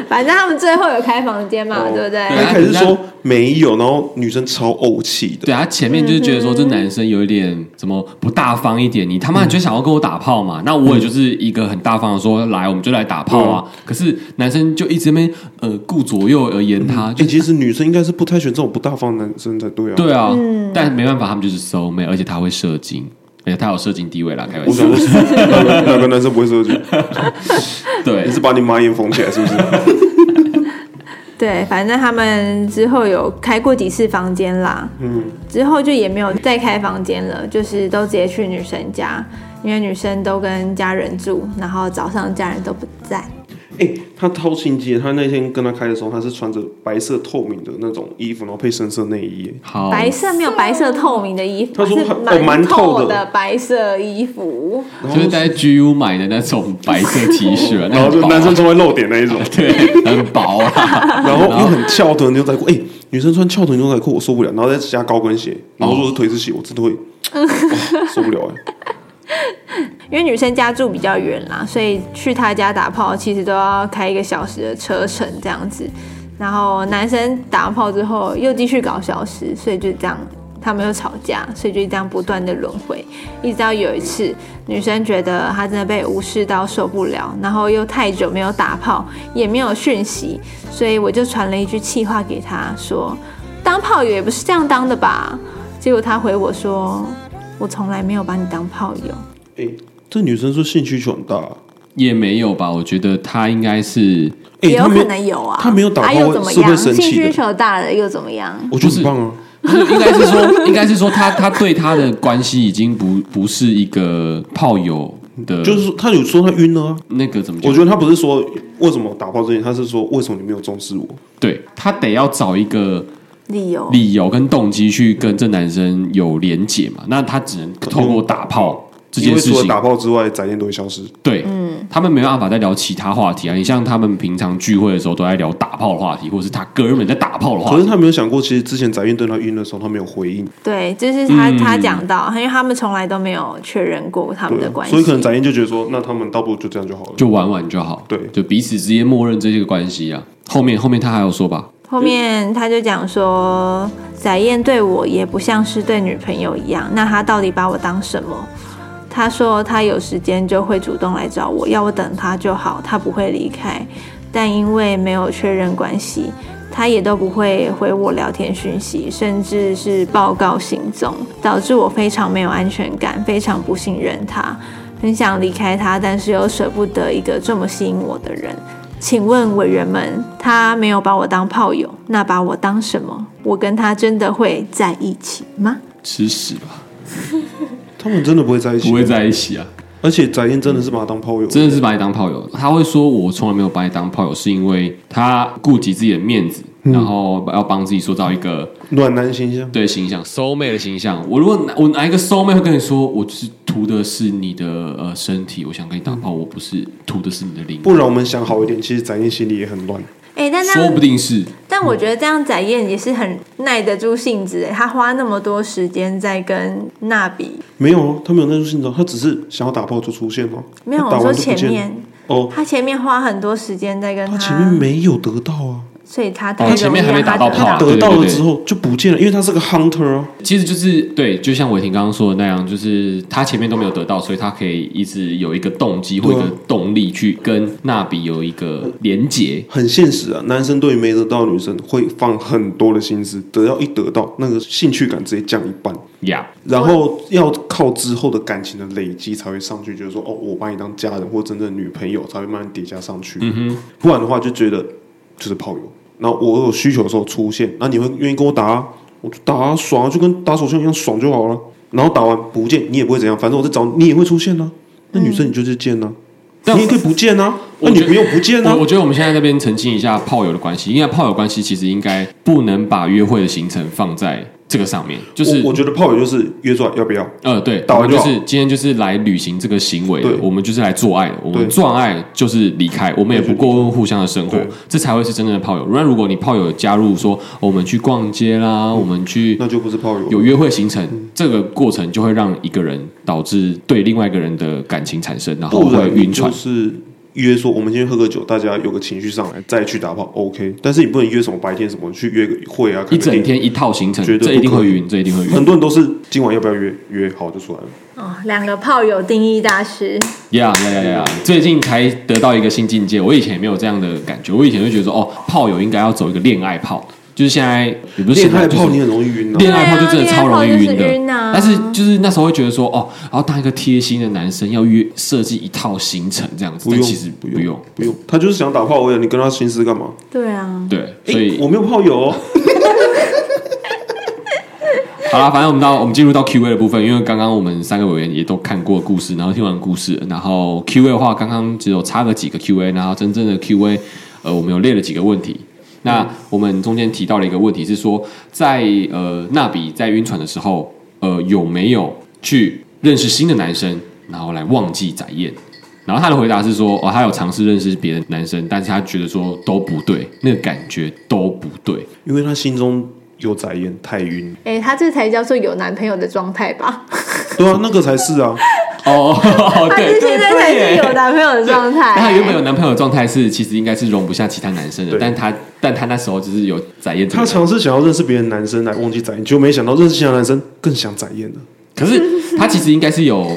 C: 反正他们最后有开房间嘛，
F: 哦
C: 对不哦对？
B: 对
F: 他一开始说没有，然后女生超怄气的，
B: 对啊他前面就是觉得说这男生有一点怎么不大方一点，你他妈就想要跟我打炮
F: 嗯
B: 嘛？那我也就是一个很大方的说来，我们就来打炮啊。
F: 嗯
B: 可是男生就一直在那边呃顾左右而言他，就
F: 哎、其实女生应该是不太喜欢这种不大方的男生才对啊。，
B: 对啊，但没办法，他们就是收妹，而且他会射精，而且他有射精地位啦，开玩
F: 我
B: 笑
F: 怎。么哪个男生不会射精？
B: 对
F: 你，是把你马眼缝起来是不是？
C: 对，反正他们之后有开过几次房间啦，嗯，之后就也没有再开房间了，就是都直接去女生家，因为女生都跟家人住，然后早上家人都不在。
F: 哎、他掏心机，他那天跟他开的时候，他是穿着白色透明的那种衣服，然后配深色内衣。
B: 好，
C: 白色没有白色透明的衣服，
F: 哦他说
C: 是
F: 他哦
C: 蛮
F: 蛮透的
C: 的白色衣服，
B: 就是在 GU 买的那种白色 T 恤，
F: [LAUGHS] 然后
B: 那很
F: 就
B: 薄啊
F: 男生穿会露点那一种，
B: [LAUGHS] 对，很薄啊。
F: 然后又很翘臀牛仔裤，哎、女生穿翘臀牛仔裤我受不了，然后再加高跟鞋，然后说是腿是鞋，我真
C: [LAUGHS]
F: 的会、哦受不了哎、
C: 因为女生家住比较远啦，所以去她家打炮其实都要开一个小时的车程这样子。然后男生打完炮之后又继续搞小时，所以就这样，他们又吵架，所以就这样不断的轮回，一直到有一次女生觉得她真的被无视到受不了，然后又太久没有打炮，也没有讯息，所以我就传了一句气话给她说：“当炮友也不是这样当的吧？”结果她回我说：“我从来没有把你当炮友。”
F: 哎、这女生说性需求很大、啊
B: 也没有吧，我觉得他应该是，
F: 哎、
C: 也有
F: 她没
C: 可能有啊，
F: 他没有打
C: 啊
F: 炮
C: 又
F: 会
C: 怎么
F: 是会
C: 样？
F: 生
C: 性
F: 气
C: 需
F: 的，
C: 求大了又怎么样？
F: 我觉得很棒啊。
B: 不是应该是说， [LAUGHS] 应该是说他他对他的关系已经不不是一个炮友的，
F: 就是说他有说他晕了、啊，
B: 那个怎么讲？
F: 我觉得他不是说为什么打炮这件事，他是说为什么你没有重视我？
B: 对他得要找一个
C: 理由
B: 理由跟动机去跟这男生有连结嘛，那他只能透过打炮这
F: 因
B: 件
F: 为
B: 事
F: 除了
B: 情，
F: 打炮之外，宅店都会消失。
B: 对，他们没办法再聊其他话题啊。你像他们平常聚会的时候都在聊打炮的话题，或者是他哥们在打炮的话
F: 可是
B: 题，
F: 他没有想过，其实之前宅院对他晕的时候，他没有回应，
C: 对，就是他、
B: 嗯
C: 他讲到，因为他们从来都没有确认过他们的
F: 对，啊
C: 关系，
F: 所以可能宅院就觉得说，那他们倒不如就这样就好了。
B: 就玩玩就好，
F: 对
B: 就彼此之间默认这些关系啊。后面后面他还有说吧，
C: 后面他就讲说，载燕对我也不像是对女朋友一样，那他到底把我当什么？他说他有时间就会主动来找我，要我等他就好，他不会离开。但因为没有确认关系，他也都不会回我聊天讯息，甚至是报告行踪，导致我非常没有安全感，非常不信任他，很想离开他，但是又舍不得一个这么吸引我的人。请问委员们，他没有把我当炮友，那把我当什么？我跟他真的会在一起吗？
B: 吃屎吧，
F: 他们真的不会在一起，
B: 不会在一起啊。
F: 而且翟燕真的是把他当炮友，
B: 真的是把你当炮友。他会说我从来没有把你当炮友，是因为他顾及自己的面子，然后要帮自己塑造一个
F: 暖男形象。
B: 对形象收妹的形象。我如果拿我拿一个收妹会跟你说，我就是图的是你的呃身体，我想跟你打炮，我不是图的是你的灵魂。
F: 不然我们想好一点，其实翟燕心里也很乱。
C: 哎、但他
B: 说不定是
C: 但我觉得这样展燕也是很耐得住性子哎，他花那么多时间在跟娜比，
F: 没有啊，他没有那种性状，他只是想要打炮就出现了、
C: 没有
F: 他
C: 我
F: 打
C: 说
F: 完就不
C: 前
F: 见了
C: 面，
F: 哦，
C: 他前面花很多时间在跟
F: 他前面没有得到啊，
C: 所以他
B: 哦
C: 太
B: 前
C: 容易
B: 面还没
C: 让他
B: 打到炮啊
C: 到
B: 对
F: 得到了
B: 对
F: 之后就不见了，因为他是个 hunter 啊，
B: 其实就是对，就像伟霆刚刚说的那样，就是他前面都没有得到，所以他可以一直有一个动机或一
F: 对啊
B: 个动力去跟纳比有一个连结。
F: 很现实啊。男生对于没得到的女生会放很多的心思，得到一得到，那个兴趣感直接降一半。
B: 呀、
F: 然后要靠之后的感情的累积才会上去，就是说，哦，我把你当家人或真正的女朋友，才会慢慢叠加上去。嗯哼，不然的话就觉得就是炮友。然后我有需求的时候出现，那你会愿意跟我打、啊，我就打、啊、爽、啊，就跟打手枪一样爽就好了。然后打完不见你也不会怎样，反正我在找你也会出现呢、那女生你就去见啊呢、
B: 但
F: 你也可以不见呢、
B: 嗯我
F: 那
B: 觉
F: 女
B: 得
F: 朋友不见呢、啊
B: 我我觉得我们现在这边澄清一下炮友的关系，因为炮友关系其实应该不能把约会的行程放在这个上面，就是
F: 我我觉得炮友就是约出来要不要？
B: 呃，对，
F: 打
B: 我
F: 完
B: 们就
F: 就好
B: 是今天就是来履行这个行为的
F: 对，
B: 我们就是来做爱的，我们
F: 对
B: 做完爱就是离开，我们也不过问互相的生活
F: 对，
B: 这才会是真正的炮友。不然如果你炮友加入说、哦我们去逛街
F: 嗯
B: 啦，我们去
F: 那就不是炮友。
B: 有约会行程，这个过程就会让一个人导致对另外一个人的感情产生，然后
F: 不
B: 会
F: 然
B: 晕
F: 就
B: 船。
F: 是约说我们今天喝个酒，大家有个情绪上来再去打炮，OK。但是你不能约什么白天什么去约个会啊，
B: 一
F: 看个电
B: 整
F: 影。
B: 天一套行程，
F: 绝对
B: 这一定
F: 不可
B: 会
F: 以
B: 晕，这一定会晕。
F: 很多人都是今晚要不要约？约好就出来了。
C: 哦，两个炮友定义大师，
B: 呀呀呀呀！最近才得到一个新境界，我以前也没有这样的感觉。我以前就觉得说，哦，炮友应该要走一个恋爱炮，就是现在也不是
F: 恋
B: 现在
F: 爱
B: 就是
F: 炮你很容易晕啊。
B: 恋爱炮就真的超容易晕
C: 对啊恋爱炮就是
B: 的
C: 晕，啊
B: 但是就是那时候会觉得说，哦，然后当一个贴心的男生要约设计一套行程这样子，
F: 不
B: 但
F: 用
B: 其实不用，
F: 不用，他就是想打炮而已，你跟他心思干嘛？
C: 对啊，
B: 对，
F: 诶
B: 所以
F: 我没有炮友、哦，
B: 好啦，反正我们到我们进入到 Q A 的部分，因为刚刚我们三个委员也都看过故事，然后听完故事，然后 Q A 的话，刚刚只有插了几个 Q A，然后真正的 Q A，呃，我们有列了几个问题。那我们中间提到了一个问题是说，在呃纳比在晕船的时候，呃有没有去认识新的男生，然后来忘记载宴？然后他的回答是说，哦，他有尝试认识别的男生，但是他觉得说都不对，那个感觉都不对。
F: 因为他心中有宅烟，太晕。
C: 哎、他这才叫做有男朋友的状态吧？
F: 对啊，那个才是啊。
C: [LAUGHS]
B: 哦，
C: 他
B: 对
C: 是
B: 对
C: 现在才
B: 对
C: 是
B: 耶
C: 有男朋友的状态、
B: 但她原本有男朋友的状态是，其实应该是容不下其他男生的，
F: 对
B: 但她但她那时候就是有展现这
F: 他
B: 个，
F: 尝试想要认识别的男生来忘记宅烟，结果没想到认识其他男生更想宅烟了。
B: 可是她其实应该是有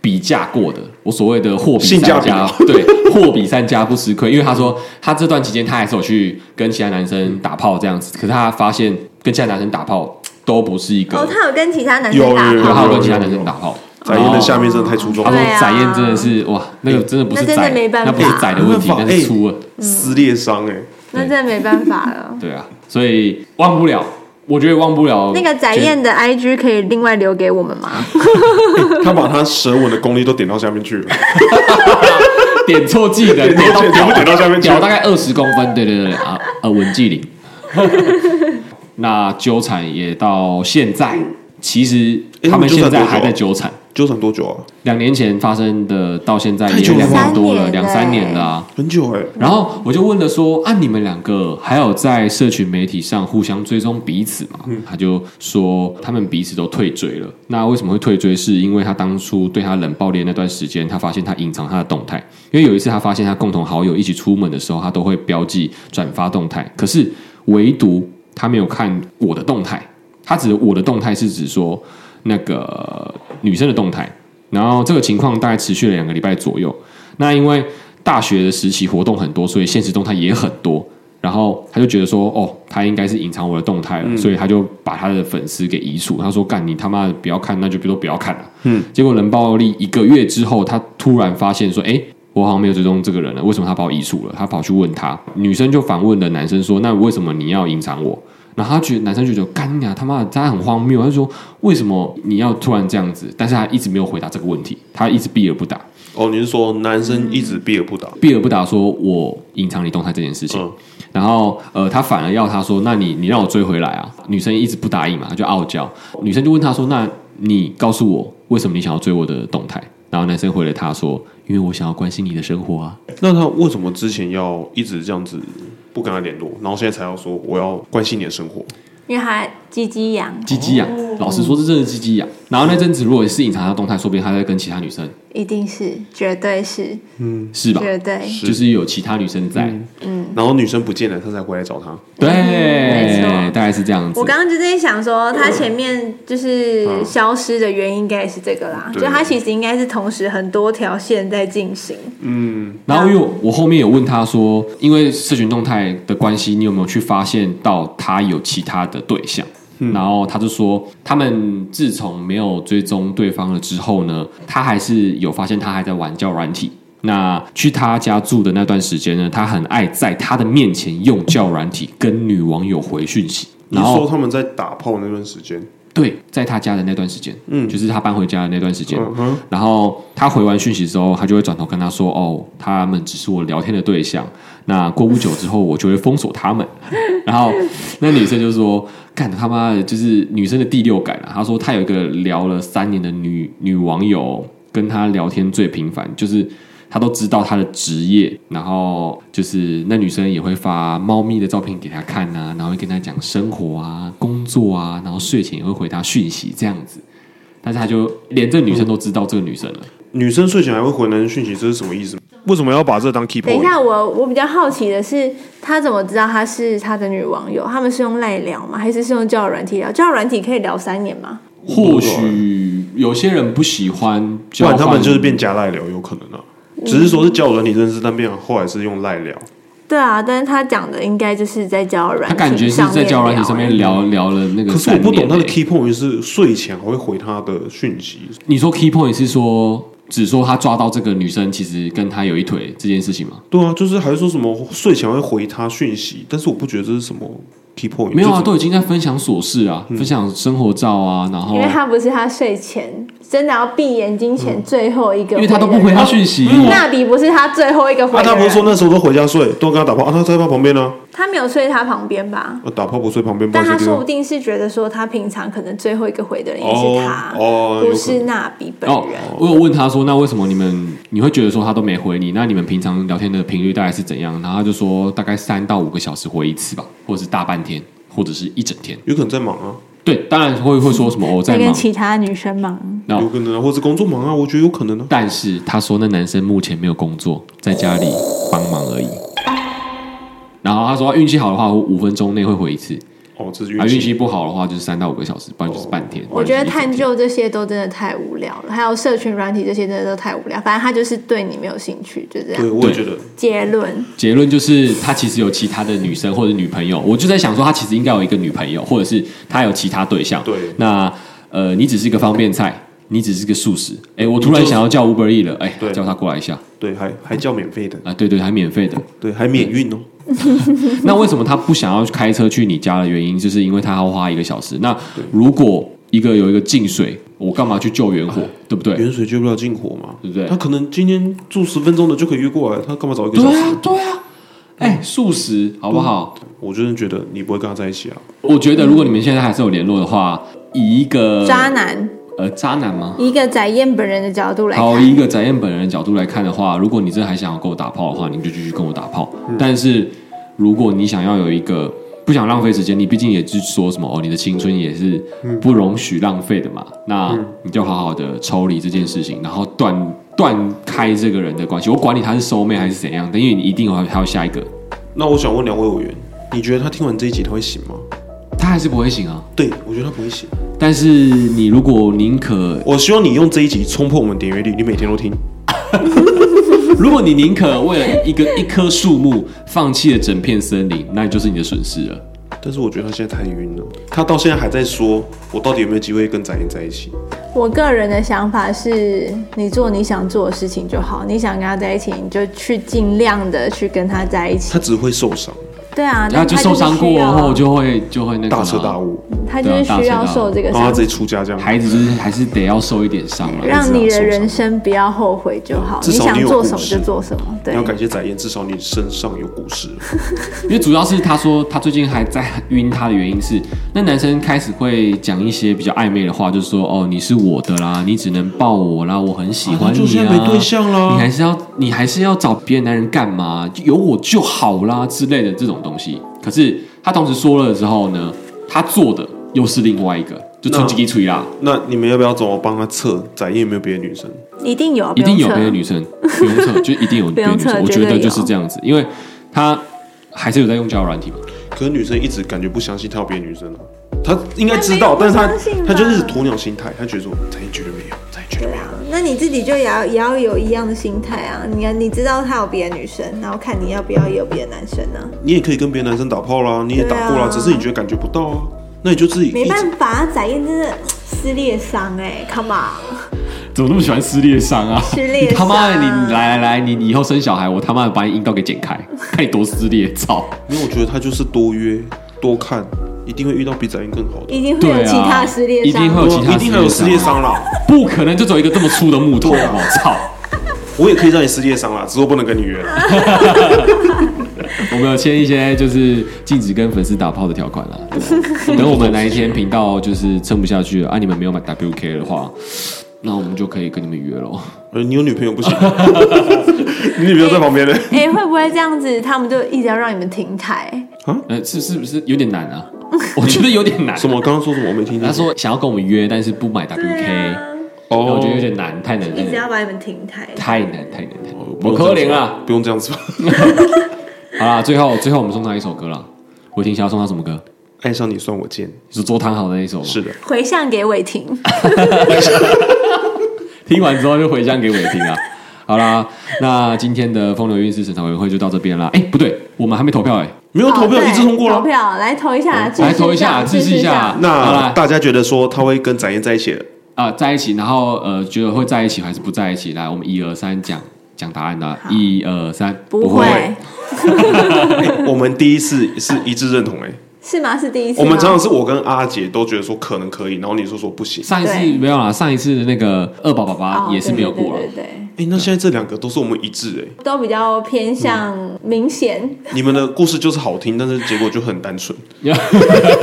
B: 比价过的。我所谓的货比
F: 性
B: 三
F: 价比
B: 家，对，货比三家不吃亏，因为她说她这段期间她还是有去跟其他男生打炮这样子，可是她发现跟其他男生打炮都不是一个，
C: 哦，他有跟其他男
F: 有
C: 生打
B: 对，
F: 有
B: 她
C: 炮
B: 有，跟其他男生打炮。哦
F: 宅哦烟的下面真的太出众
B: 她
F: 了
B: 说
C: 对啊
B: 展燕真的是哇，那个真的不是
C: 那真的
B: 宰，
C: 没办
B: 那
C: 法
B: 不是宰的问题
F: 没，办法
B: 那是粗了。
F: 撕裂伤哎、
C: 那真的没办法了。
B: 对啊，所以忘不了，我觉得忘不了
C: 那个展燕的 IG 可以另外留给我们吗？
F: [LAUGHS] 他把他舌吻的功力都点到下面去了，
B: 点错技能， [LAUGHS] 点到
F: [LAUGHS] 全部点到下面去
B: 屌大
F: 了。
B: 概二十公分，对对对对啊，呃，文纪玲。 [LAUGHS] 那纠缠也到现在，其实
F: 诶
B: 他们现在
F: 你们纠缠多久啊
B: 还在纠缠。
F: 纠缠多久啊？
B: 两年前发生的，到现在
F: 太
B: 也
F: 久了
B: 两年
F: 吧
B: 多了，
C: 三年
B: 两
C: 了
B: 三年了、啊。
F: 很久哎、
B: 然后我就问了说：“啊，你们两个还有在社群媒体上互相追踪彼此吗？”他就说他们彼此都退追了。那为什么会退追？是因为他当初对他冷暴力的那段时间，他发现他隐藏他的动态，因为有一次他发现他共同好友一起出门的时候，他都会标记转发动态，可是唯独他没有看我的动态。他指的我的动态是指说那个女生的动态。然后这个情况大概持续了两个礼拜左右。那因为大学的时期活动很多，所以现实动态也很多。然后他就觉得说，哦，他应该是隐藏我的动态了，所以他就把他的粉丝给移除。他说：“干你他妈的不要看，那就都不要看了。”嗯，结果冷暴力一个月之后，他突然发现说：“哎，我好像没有追踪这个人了，为什么他把我移除了？”他跑去问他，女生就反问了男生说：“那为什么你要隐藏我？”然后他觉得男生就觉得干你啊，他妈的，他很荒谬。他就说为什么你要突然这样子？但是他一直没有回答这个问题，他一直避而不答，
F: 哦，你是说男生一直避而不答？
B: 避而不答说我隐藏你动态这件事情。
F: 嗯
B: 然后呃，他反而要他说，那你你让我追回来啊。女生一直不答应嘛，他就傲娇。女生就问他说，那你告诉我为什么你想要追我的动态？然后男生回了他说，因为我想要关心你的生活啊。
F: 那他为什么之前要一直这样子不跟他联络，然后现在才要说我要关心你的生活。
C: 因为他鸡鸡痒，
B: 鸡鸡痒，
C: 哦
B: 老实说，是真的鸡鸡痒。然后那阵子如果是隐藏他的动态，说不定他在跟其他女生，
C: 一定是，绝对是，
B: 是吧？
C: 绝对，
B: 就是有其他女生在，
C: 嗯
F: 然后女生不见了，他才回来找他。
B: 对，
C: 没错
B: 大概是这样子。
C: 我刚刚就在想说，他前面就是消失的原因，应该也是这个啦。
F: 对
C: 就他其实应该是同时很多条线在进行。
B: 然后因为我我后面有问他说，因为社群动态的关系，你有没有去发现到他有其他的对象？
F: 嗯
B: 然后他就说，他们自从没有追踪对方了之后呢，他还是有发现他还在玩交友软体。那去他家住的那段时间呢，他很爱在他的面前用交友软体跟女网友回讯息。
F: 你
B: 然
F: 是
B: 后
F: 说他们在打炮那段时间，
B: 对，在他家的那段时间，嗯，就是他搬回家的那段时间，
F: 嗯哼，
B: 然后他回完讯息之后，他就会转头跟他说：“哦，他们只是我聊天的对象。那过不久之后，我就会封锁他们。” [LAUGHS] 然后那女生就说：“干他妈的，就是女生的第六感啊！”她说她有一个聊了三年的女女网友，跟她聊天最频繁，就是她都知道她的职业，然后就是那女生也会发猫咪的照片给她看啊，然后会跟她讲生活啊、工作啊，然后睡前也会回她讯息这样子。但是他就连这女生都知道这个女生了。
F: 女生睡前还会回男生讯息，这是什么意思？为什么要把这当 key
C: 等
F: point？
C: 一下，我我比较好奇的是，他怎么知道她是他的女网友？他们是用赖聊吗？还是是用交友软体聊？交友软体可以聊三年吗？
B: 或许有些人不喜欢
F: 不
B: 交
F: 然
B: 换，
F: 他们就是变加赖聊，有可能啊。只是说是交友软体认识，但变成后来是用赖聊。
C: 对啊，但是他讲的应该就是在交友软
B: 他
C: 体，
B: 感觉是在交友软体上面。聊聊了那个
F: 可是
B: 三
F: 我
B: 年欸。
F: 不懂他的 key point 是睡前还会回他的讯息，
B: 你说 key point 是说只说他抓到这个女生其实跟他有一腿这件事情吗？
F: 对啊，就是还说什么睡前会回他讯息，但是我不觉得这是什么 key point。
B: 没有啊，
F: 就是
B: 都已经在分享琐事啊，
F: 嗯
B: 分享生活照啊，然后
C: 因为他不是他睡前真的要闭眼睛前最后一个，
B: 嗯因为他都不回他讯
C: 息。
B: 息，
C: [LAUGHS] 那比不是他最后一个回
F: 啊，
C: 的人。
F: 他不是说那时候都回家睡，都跟他打炮啊，他在他旁边呢、
C: 他没有睡他旁边吧？
B: 嗯
F: 啊，打炮不睡旁边，不
C: 但
F: 然
C: 他
F: 睡地
C: 说不
F: 方。
C: 定是觉得说，他平常可能最后一个回的人也
F: 哦
C: 是他，
F: 哦有可能
C: 不是那比本
B: 哦
C: 人。，
B: 我有问他说，那为什么你们你会觉得说他都没回你？那你们平常聊天的频率大概是怎样？然后他就说大概三到五个小时回一次吧，或者是大半天，或者是一整天。
F: 有可能在忙啊，
B: 对，当然会会说什么我、哦、在忙，
C: 他女生忙，
B: 然
F: 有
B: 后
F: 可能啊，或是工作忙啊，我觉得有可能啊。
B: 但是他说那男生目前没有工作，在家里帮忙而已。然后他说啊运气好的话，我五分钟内会回一次；
F: 哦，这是
B: 啊，
F: 运
B: 运
F: 气。
B: 气不好的话，就是三到五个小时，不然就是半天。
C: 我觉
B: 不然就是一
C: 得
B: 整
C: 探
B: 天
C: 究这些都真的太无聊了，还有社群软体这些真的都太无聊。反正他就是对你没有兴趣，就这
F: 对，
C: 样。
F: 我也觉得，
C: 结论
B: 结论就是，他其实有其他的女生或者女朋友。我就在想说，他其实应该有一个女朋友，或者是他有其他对象。
F: 对
B: 那呃，你只是一个方便菜，你只是个素食。哎，我突然想要叫 Uber E 了，哎，
F: 对
B: 叫他过来一下
F: 对，还还叫免费的，
B: 啊！对对，还免费的。 [LAUGHS]
F: 对，还免运哦。
B: 那为什么他不想要开车去你家的原因，就是因为他要花一个小时。那如果一个有一个进水，我干嘛去救援火，对不对？
F: 远水救不了近火嘛，
B: 对不对
F: 他可能今天住十分钟的就可以约过来，他干嘛找一个
B: 对
F: 小
B: 啊
F: 时？，
B: 对啊。哎，
F: 嗯
B: 素食好不好？
F: 我真的觉得你不会跟他在一起啊。
B: 我觉得如果你们现在还是有联络的话，以一个
C: 渣男，
B: 呃渣男吗？
C: 以一个宰燕本人的角度来
B: 好，以一
C: 看，
B: 个翟燕本人的角度来看的话，如果你真的还想要跟我打炮的话，你就继续跟我打炮。
C: 嗯
B: 但是如果你想要有一个不想浪费时间，你毕竟也是说什么哦，你的青春也是
C: 嗯
B: 不容许浪费的嘛，那你就好好的抽离这件事情，然后断断开这个人的关系。我管你他是收妹还是怎样的，因为你一定有还有下一个，
F: 那我想问两位委员，你觉得他听完这一集他会醒吗？
B: 他还是不会醒啊。
F: 对，我觉得他不会醒。
B: 但是你如果宁可 [LAUGHS]
F: 我希望你用这一集冲破我们点阅率，你每天都听。
B: 如果你宁可为了一个一棵树木放弃了整片森林，那就是你的损失了。
F: 但是我觉得他现在太晕了，他到现在还在说，我到底有没有机会跟展燕在一起？
C: 我个人的想法是，你做你想做的事情就好，你想跟他在一起，你就去尽量的去跟他在一起
F: 他。只会受伤，
C: 对啊，
B: 然
C: 那
B: 后就
C: 他
B: 受
C: 就是
B: 伤
C: 需
B: 过
C: 要
B: 后，就啊会就会那个
F: 大
B: 嘛
F: 彻大悟，
C: 他就是需要受这个
F: 然后他
C: 伤
F: 直，接出家这样。
B: 孩子就是还是得要受一点伤了。
C: 让
B: 还是要
C: 你的
B: 受伤
C: 人生不要后悔就好。
F: 至
C: 你
F: 少你
C: 想
F: 有
C: 做
F: 故
C: 什么
F: 事
C: 就做什么，对
F: 要感谢展燕，至少你身上有故事。
B: 因为主要是他说他最近还在晕他的原因是，那男生开始会讲一些比较暧昧的话，就是说哦你是我的啦，你只能抱我啦，我很喜欢你啊，
F: 啊就是没对象啦
B: 你还是要你还是要找别的男人干嘛？有我就好啦之类的这种东西。可是他同时说了之后呢，他做的又是另外一个，就冲击出啦，
F: 那你们要不要找我帮他测展燕有没有别的女生？
C: 一定有，啊
B: 一定有
C: 不
B: 别
C: 用测
B: 的女生，不用
C: [LAUGHS]
B: 测，就一定有别的女生。
C: 不用测
B: 我觉
C: 绝对
B: 得
C: 有
B: 就是这样子，因为他还是有在用交友软体嘛。
F: 可是女生一直感觉不相信他有别的女生啊，她应该知道，但是她
C: 她没有不相信吧
F: 她就是鸵鸟心态，她觉得说展燕绝对没有，展燕绝对没有。
C: 那你自己就也要也要有一样的心态啊！你看，你知道他有别的女生，然后看你要不要也有别的男生啊呢、
F: 你也可以跟别的男生打炮啦，你也打过
C: 对
F: 啦，
C: 啊
F: 只是你觉得感觉不到啊，那你就自己一
C: 没
F: 直
C: 办法，展燕真的撕裂伤哎、c o m e
B: 怎么那么喜欢撕裂伤啊？
C: 撕裂伤
B: 你他妈的，你来来来，你以后生小孩，我他妈的把你阴道给剪
C: [LAUGHS]
B: 开，看你多撕裂，操！
F: 没有，我觉得他就是多约多看，一定会遇到比展燕更好的
C: on，。一定会有
B: 对啊
C: 其他撕裂伤，
B: 一定会有其他
F: 一定还有撕裂伤啦，
B: 不可能就走一个这么粗的木头，我操！
F: 我也可以让你撕裂伤啦，只是我不能跟你约 [LAUGHS] 哎啦。
B: 我们有签一些就是禁止跟粉丝打炮的条款啦。对吧等我们哪一天频道就是撑不下去了啊，你们没有买 WK 的话，那我们就可以跟你们约喽。
F: 呃，你有女朋友不行， [LAUGHS] 你女朋友在旁边呢。
C: 哎、会不会这样子？他们就一直要让你们停台？
B: 呃，是是不是有点难啊？我觉得有点难。
F: 啊什么？刚刚说什么？我没听见。
B: 他说想要跟我们约，但是不买 WK，、那
F: 哦
B: 我觉得有点难，太难，太
C: 啊一直
B: 难
C: 要把你们停台。
B: 太难，太难，太难。
F: 不
B: 我
F: 用
B: 可
F: 这样
B: 怜
F: 子吧
B: 啦。
F: 哦不用这样子吧。
B: 啊
F: [LAUGHS]
B: 好啦，最后最后我们送他一首歌啦。伟霆想要送他什么歌？
F: 爱上你算我贱，
B: 是周汤豪的那一首吗？
F: 是，的，
C: 回向给伟霆，
B: 听完之后就回乡给伟霆啊。 [LAUGHS] 好啦，那今天的风流韵事审查委员会就到这边啦。哎、不对，我们还没投票哎、
F: 没有投票
C: 哦对
F: 一致通过
C: 投
F: 了。
C: 票来投一下，支持
B: 哦来投一下支持一下好
F: 那
B: 啦
F: 大家觉得说他会跟展燕在一起了？
B: 啊、在一起，然后呃，觉得会在一起还是不在一起？来，我们一二三讲讲答案啦。一二三，
C: 不会
F: 哎我们第一次是一致认同哎、
C: 是吗？是第一次吗，
F: [LAUGHS] 我们常常是我跟阿杰都觉得说可能可以，然后你说说不行。
B: 上一次
C: 对
B: 没有啦，上一次的那个二宝爸
C: 哦
B: 爸也是没有过了。啊
C: 对对对对
F: 哎、那现在这两个都是我们一致哎、
C: 对都比较偏向明显。
F: 你们的故事就是好听，但是结果就很单纯。
B: [LAUGHS]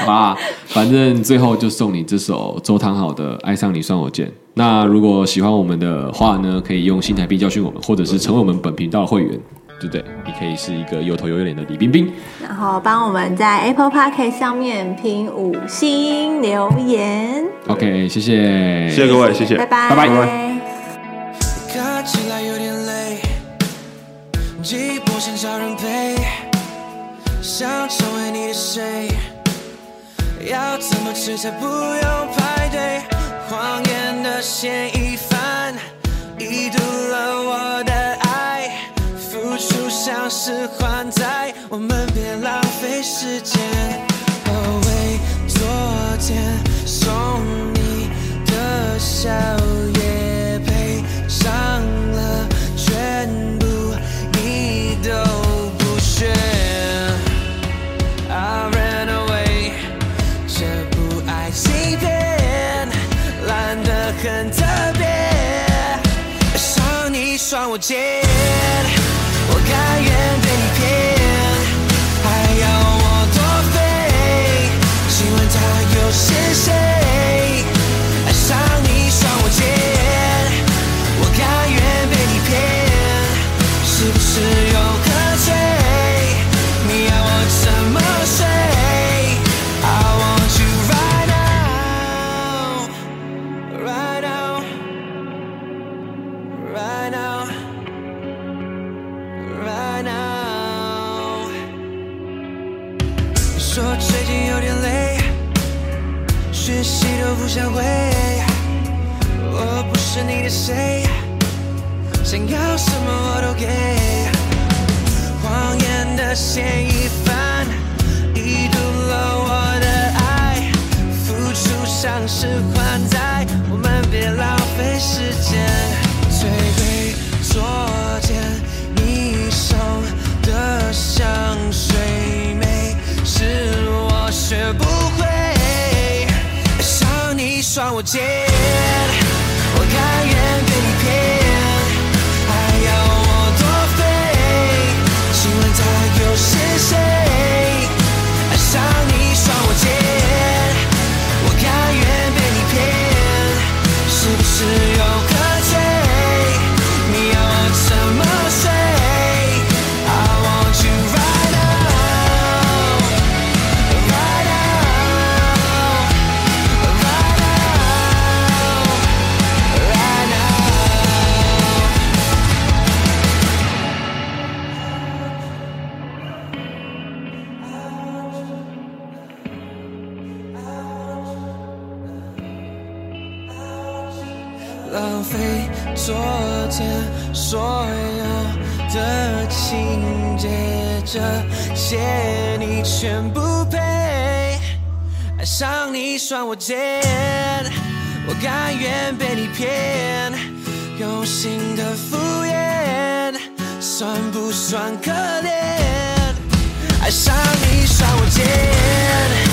B: 好吧，反正最后就送你这首周汤好的《爱上你算我贱》。那如果喜欢我们的话呢，可以用新台币教训我们，或者是成为我们本频道的会员，对不对？你可以是一个有头有脸的李冰冰。
C: 然后帮我们在 Apple Podcast 上面评五星留言，
B: OK，谢谢，
F: 谢谢各位，谢谢，
C: 拜拜
B: 拜
C: 拜。
I: 看起来有点累，寂寞想找人陪，想成为你的谁？要怎么吃才不用排队？谎言的嫌疑犯已读了我的爱，付出像是还债，我们别浪费时间。哦为昨天送你的笑也赔上了全部，你都不屑。I ran away，这不爱欺骗，懒得很特别。爱上你算我贱，我甘愿被你骗，还要我多费？请问他又是谁？爱上你算我贱，我甘愿被你骗。是不是有喝醉？你要我怎么睡？I want you right now, right now, right now, right now。你说最近有点累，讯息都不想回，我不是你的谁。想要什么我都给。谎言的嫌疑犯已读了我的爱，付出像是还债，我们别浪费时间。摧毁昨天你送的香水味，是我学不会爱上你，算我贱，我甘愿被你骗。浪费昨天所有的情节，这些你全不配。爱上你算我贱，我甘愿被你骗，用心的敷衍，算不算可怜？爱上你算我贱。